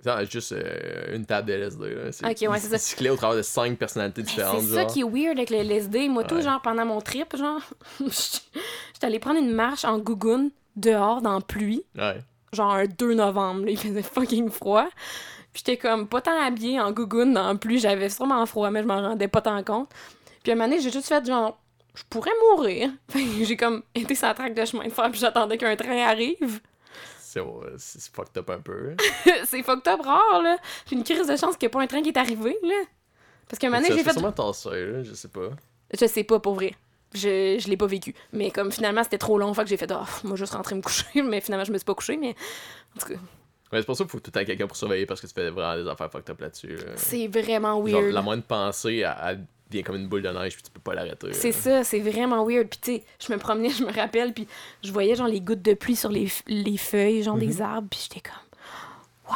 Non, juste euh, une table de LSD. Là. C'est- Ok, ouais, c'est ça. Il cyclait au travers de cinq personnalités C'est différentes. ça genre. qui est weird avec le LSD. Moi, tout, Ouais. genre, pendant mon trip, genre, <laughs> j'étais allée prendre une marche en gougoune dehors dans la pluie, Ouais. genre un 2 novembre, là, il faisait fucking froid. Puis j'étais comme pas tant habillée en gougoune dans la pluie, j'avais sûrement froid, mais je m'en rendais pas tant compte. Puis à un moment donné, j'ai juste fait genre, je pourrais mourir. <laughs> Fait que j'ai comme été sur la traque de chemin de fer, puis j'attendais qu'un train arrive. <laughs> C'est c'est fucked up un peu. hein. C'est fucked up rare, là. J'ai une crise de chance qu'il n'y ait pas un train qui est arrivé, là. Parce qu'à un moment Ça donné, j'ai se fait fait. sûrement tasser, là, je sais pas. Je sais pas pour vrai. Je, je l'ai pas vécu. Mais comme finalement c'était trop long, fait que j'ai fait, oh, moi juste rentrer me coucher. <laughs> Mais finalement je me suis pas couchée. Mais en tout cas, Ouais, c'est pour ça qu'il faut tout le temps quelqu'un pour surveiller parce que tu fais vraiment des affaires fucked up là-dessus. là. c'est vraiment Genre, weird. la moindre pensée, elle, elle vient comme une boule de neige puis tu peux pas l'arrêter. C'est là. ça, c'est vraiment weird. Puis tu sais, je me promenais, <laughs> je me rappelle, puis je voyais genre les gouttes de pluie sur les, f- les feuilles, genre Mhm. des arbres, puis j'étais comme, waouh,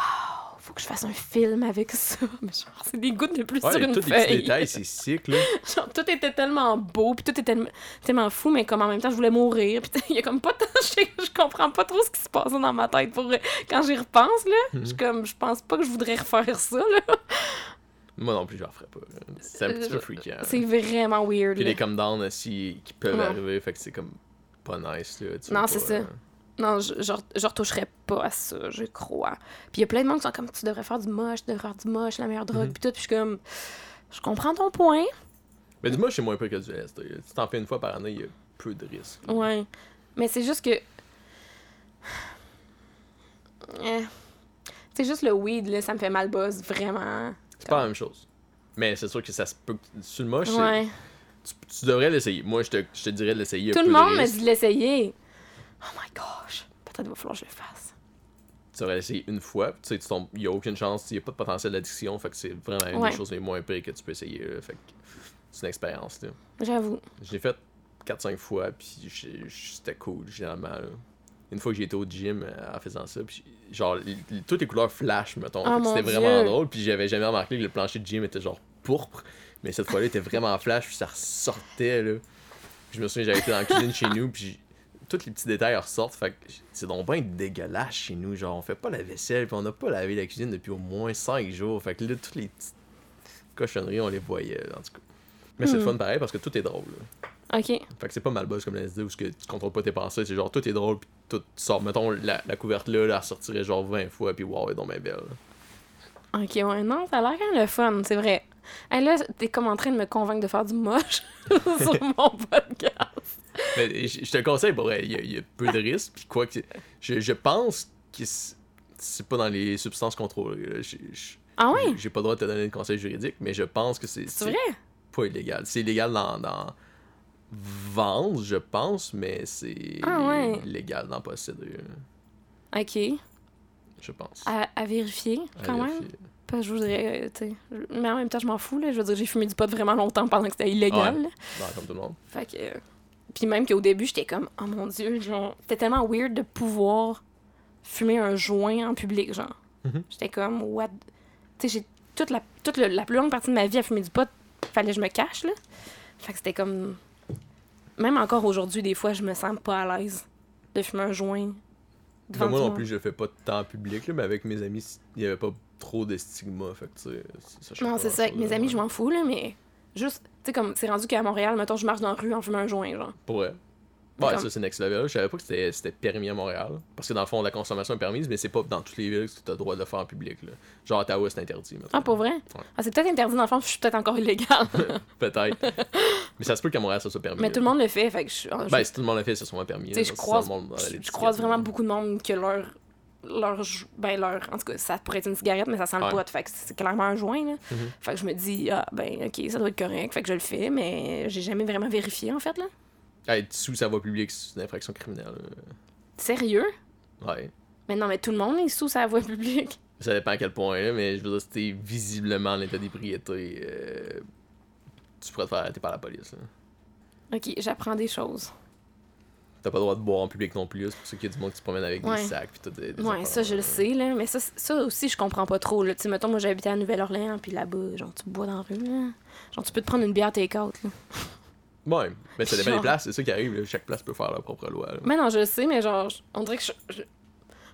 faut que je fasse un film avec ça. <laughs> Mais genre, c'est des gouttes de pluie sur Ouais, une tous les petits feuille. détails, c'est sick, là. Genre, tout était tellement beau, puis tout était tellement- tellement fou, mais comme en même temps, je voulais mourir. Puis <laughs> il y a comme pas tant... Je, je comprends pas trop ce qui se passait dans ma tête. Pour... vrai. Quand j'y repense, là, je Mhm. suis comme... Je pense pas que je voudrais refaire ça, là. <laughs> Moi non plus, je la ferais pas. là. C'est un petit peu freaky. hein. C'est vraiment weird, Puis là. les come down aussi qui peuvent Ouais. arriver, fait que c'est comme pas nice, là. tu Non, veux c'est ça. pas, euh. là. Non, je, je, je retoucherais pas à ça, je crois. Puis il y a plein de monde qui sont comme... Tu devrais faire du moche, tu devrais faire du moche, la meilleure drogue, Mhm. puis tout. Puis je suis comme... Je comprends ton point. Mais dis-moi, c'est moins peu que du LSD. là. Tu t'en fais une fois par année, il y a peu de risques. là. Ouais. Mais c'est juste que. <sighs> Eh. C'est juste le weed, là, ça me fait mal buzz, vraiment. C'est pas la même chose. Mais c'est sûr que ça se peut. que- Sur le moche, c'est- Ouais. tu, tu devrais l'essayer. Moi, je te, je te dirais de l'essayer. il y a Tout le peu de monde m'a risques. dit de l'essayer. Oh my gosh. Peut-être qu'il va falloir que je le fasse. tu aurais essayé une fois, puis tu sais, tu tombes, il n'y a aucune chance, il n'y a pas de potentiel d'addiction, fait que c'est vraiment une Ouais. des choses les moins pires que tu peux essayer, là. fait que c'est une expérience, là. J'avoue. Je l'ai fait 4-5 fois, puis j'ai- j'ai- c'était cool, généralement, là. Une fois que j'étais au gym euh, en faisant ça, puis genre, l- l- toutes les couleurs flash, mettons, Ah, Fait que mon c'était vraiment Dieu. drôle, puis j'avais jamais remarqué que le plancher de gym était genre pourpre, mais cette fois-là, il était vraiment flash, puis ça ressortait, là. Puis je me souviens, j'avais été dans la cuisine chez nous, puis j'- tous les petits détails ressortent. Fait que j- c'est donc bien dégueulasse chez nous. Genre, on fait pas la vaisselle, puis on n'a pas lavé la cuisine depuis au moins 5 jours. Fait que là, toutes les petites cochonneries, on les voyait, en tout cas. Mais c'est le Hmm. fun pareil parce que tout est drôle. là. Ok. Fait que c'est pas mal boss comme la SD où ce que tu contrôles pas tes pensées. C'est genre tout est drôle, puis tout sort. Mettons, la, la couverte là, la ressortirait genre 20 fois, puis wow, elle est donc bien belle. là. Ok, ouais, non, ça a l'air quand même le fun, c'est vrai. Hey, là, t'es comme en train de me convaincre de faire du moche <laughs> sur <laughs> mon podcast. Mais je je te le conseille, pour vrai, il y, a- il y a peu de risques. Puis quoi que. Je, je pense que c'est- c'est pas dans les substances contrôlées. là. Je- je- Ah ouais? J'ai- J'ai pas le droit de te donner de conseil juridique, mais je pense que c'est C'est vrai? pas illégal. C'est illégal dans, dans vendre, je pense, mais c'est Ah ouais. légal d'en posséder, là, Ok. je pense. À, à vérifier, À Ah, quand même. vérifier. Parce que je voudrais, euh, tu sais. je- Mais en même temps, je m'en fous, là. Je veux dire, j'ai fumé du pot vraiment longtemps pendant que c'était illégal. Ouais. là. Non, comme tout le monde. Fait que. euh, Puis même qu'au début, j'étais comme, oh mon dieu, genre, c'était tellement weird de pouvoir fumer un joint en public, genre. Mhm. J'étais comme, what. Tu sais, j'ai toute, la, toute le- la plus longue partie de ma vie à fumer du pot, fallait que je me cache, là. Fait que c'était comme. Même encore aujourd'hui, des fois, je me sens pas à l'aise de fumer un joint. Ben, devant moi du non monde. plus, je fais pas de temps public, là, mais avec mes amis, il y avait pas trop de stigma. Fait que, tu sais, ça change Non, pas c'est ça, avec grand-chose, mes amis, je là. m'en fous, là, mais juste, tu sais, comme, c'est rendu qu'à Montréal, mettons, je marche dans la rue en fumant un joint, genre. Pour vrai. Ouais, Comme- ça c'est next level. Je savais pas que c'était c'était permis à Montréal. Parce que dans le fond, la consommation est permise, mais c'est pas dans toutes les villes que tu as le droit de le faire en public. Là. Genre, à Ottawa, c'est interdit. mettons. Ah, pour vrai? Ah, c'est peut-être interdit dans le fond, je suis peut-être encore <laughs> illégale. <laughs> Peut-être. mais ça se peut qu'à Montréal, ça soit permis. Mais là. tout le monde le fait, fait que je, suis- je- Ben, si tout le monde l'a fait, ça soit permis. tu sais, là, je si tout le croise, monde a je- l'étiquette, je croise là. vraiment beaucoup de monde que leur, leur, jou- ben leur, en tout cas, ça pourrait être une cigarette, mais ça sent Ouais. le Mm-hmm. pot, fait que c'est clairement un joint, là. Fait que je me dis, ah, ben, ok, ça doit être correct, fait que je le fais, mais j'ai jamais vraiment vérifié, en fait, là. Être sous sa voie publique, c'est une infraction criminelle. Sérieux? là. Ouais. Mais non, mais tout le monde est sous sa voie publique. Ça dépend à quel point, là, mais je veux dire, si t'es visiblement en état d'ébriété, euh, tu pourrais te faire arrêter par la police. là. Ok, j'apprends des choses. T'as pas le droit de boire en public non plus, là, c'est pour ça qu'il y a du monde qui se promène avec Ouais. des sacs. Pis tout, des, des Ouais, affaires, ça, je le là. sais, là. Mais ça, ça aussi, je comprends pas trop, là. Tu sais, mettons, moi, j'habitais à Nouvelle-Orléans, puis là-bas, genre, tu bois dans la rue, là. Genre, tu peux te prendre une bière take-out, là. Ouais, mais ça dépend Genre. des places, c'est ça qui arrive. là. Chaque place peut faire leur propre loi. là. Mais Ben non, je le sais, mais genre, je- on dirait que je, je-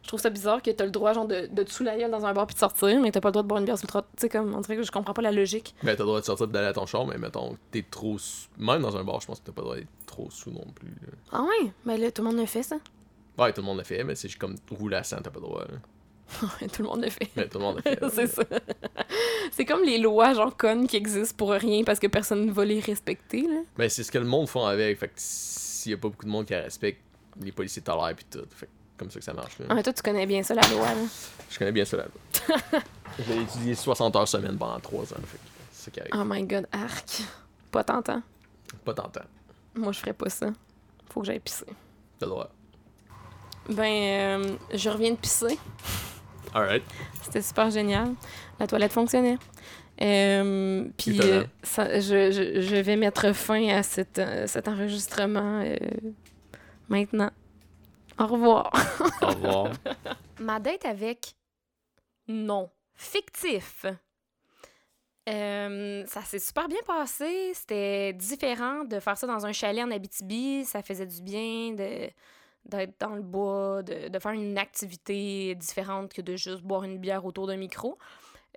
je trouve ça bizarre que t'as le droit, genre, de, de te sous la gueule dans un bar puis de sortir, mais t'as pas le droit de boire une bière sous le trottoir. Tu sais, comme, on dirait que je comprends pas la logique. Ben, t'as le droit de sortir et d'aller à ton char, mais mettons, t'es trop. sous- Même dans un bar, je pense que t'as pas le droit d'être trop sous non plus. là. Ah ouais? Ben là, tout le monde le fait, ça. Ouais, tout le monde l'a fait, mais c'est juste comme rouler à 100, t'as pas le droit. là. <laughs> Ouais, tout le monde le fait. Mais euh, tout le monde l'a fait. là. <laughs> C'est ça. C'est comme les lois, genre, connes qui existent pour rien parce que personne ne va les respecter, là. Mais c'est ce que le monde font avec. Fait que s'il y a pas beaucoup de monde qui la respecte, les policiers tolèrent puis tout. Fait que comme ça que ça marche. là. Ah, mais toi, tu connais bien ça, la loi, là. Je connais bien ça <laughs> là. Je l'ai étudié 60 heures semaine pendant 3 ans. Fait que c'est ça qui arrive. Oh my god, arc. Pas tentant. Pas tentant. Moi, je ferais pas ça. Faut que j'aille pisser. T'as le droit. Ben, euh, je reviens de pisser. Alright. C'était super génial. La toilette fonctionnait. Euh, puis Étonnant. euh, ça- je, je- je vais mettre fin à cet, euh, cet enregistrement euh, maintenant. Au revoir. Au revoir. Ma date avec non fictif. Euh, ça s'est super bien passé. C'était différent de faire ça dans un chalet en Abitibi. Ça faisait du bien de d'être dans le bois, de, de faire une activité différente que de juste boire une bière autour d'un micro.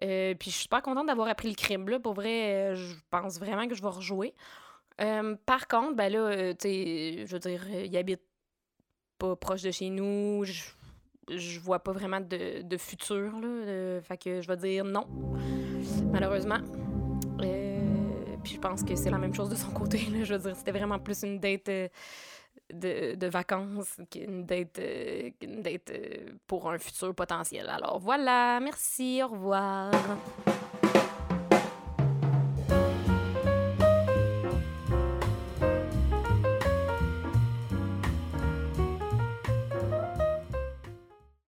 Euh, puis je suis super contente d'avoir appris le crime. Là. Pour vrai, euh, je pense vraiment que je vais rejouer. Euh, par contre, ben là, euh, tu sais, je veux dire, euh, il habite pas proche de chez nous. Je, je vois pas vraiment de, de futur, là. euh, fait que je vais dire non, malheureusement. Euh, puis je pense que c'est la même chose de son côté, là. Je veux dire, c'était vraiment plus une date euh, de, de vacances qu'une date, euh, qu'une date euh, pour un futur potentiel. Alors voilà, merci, au revoir.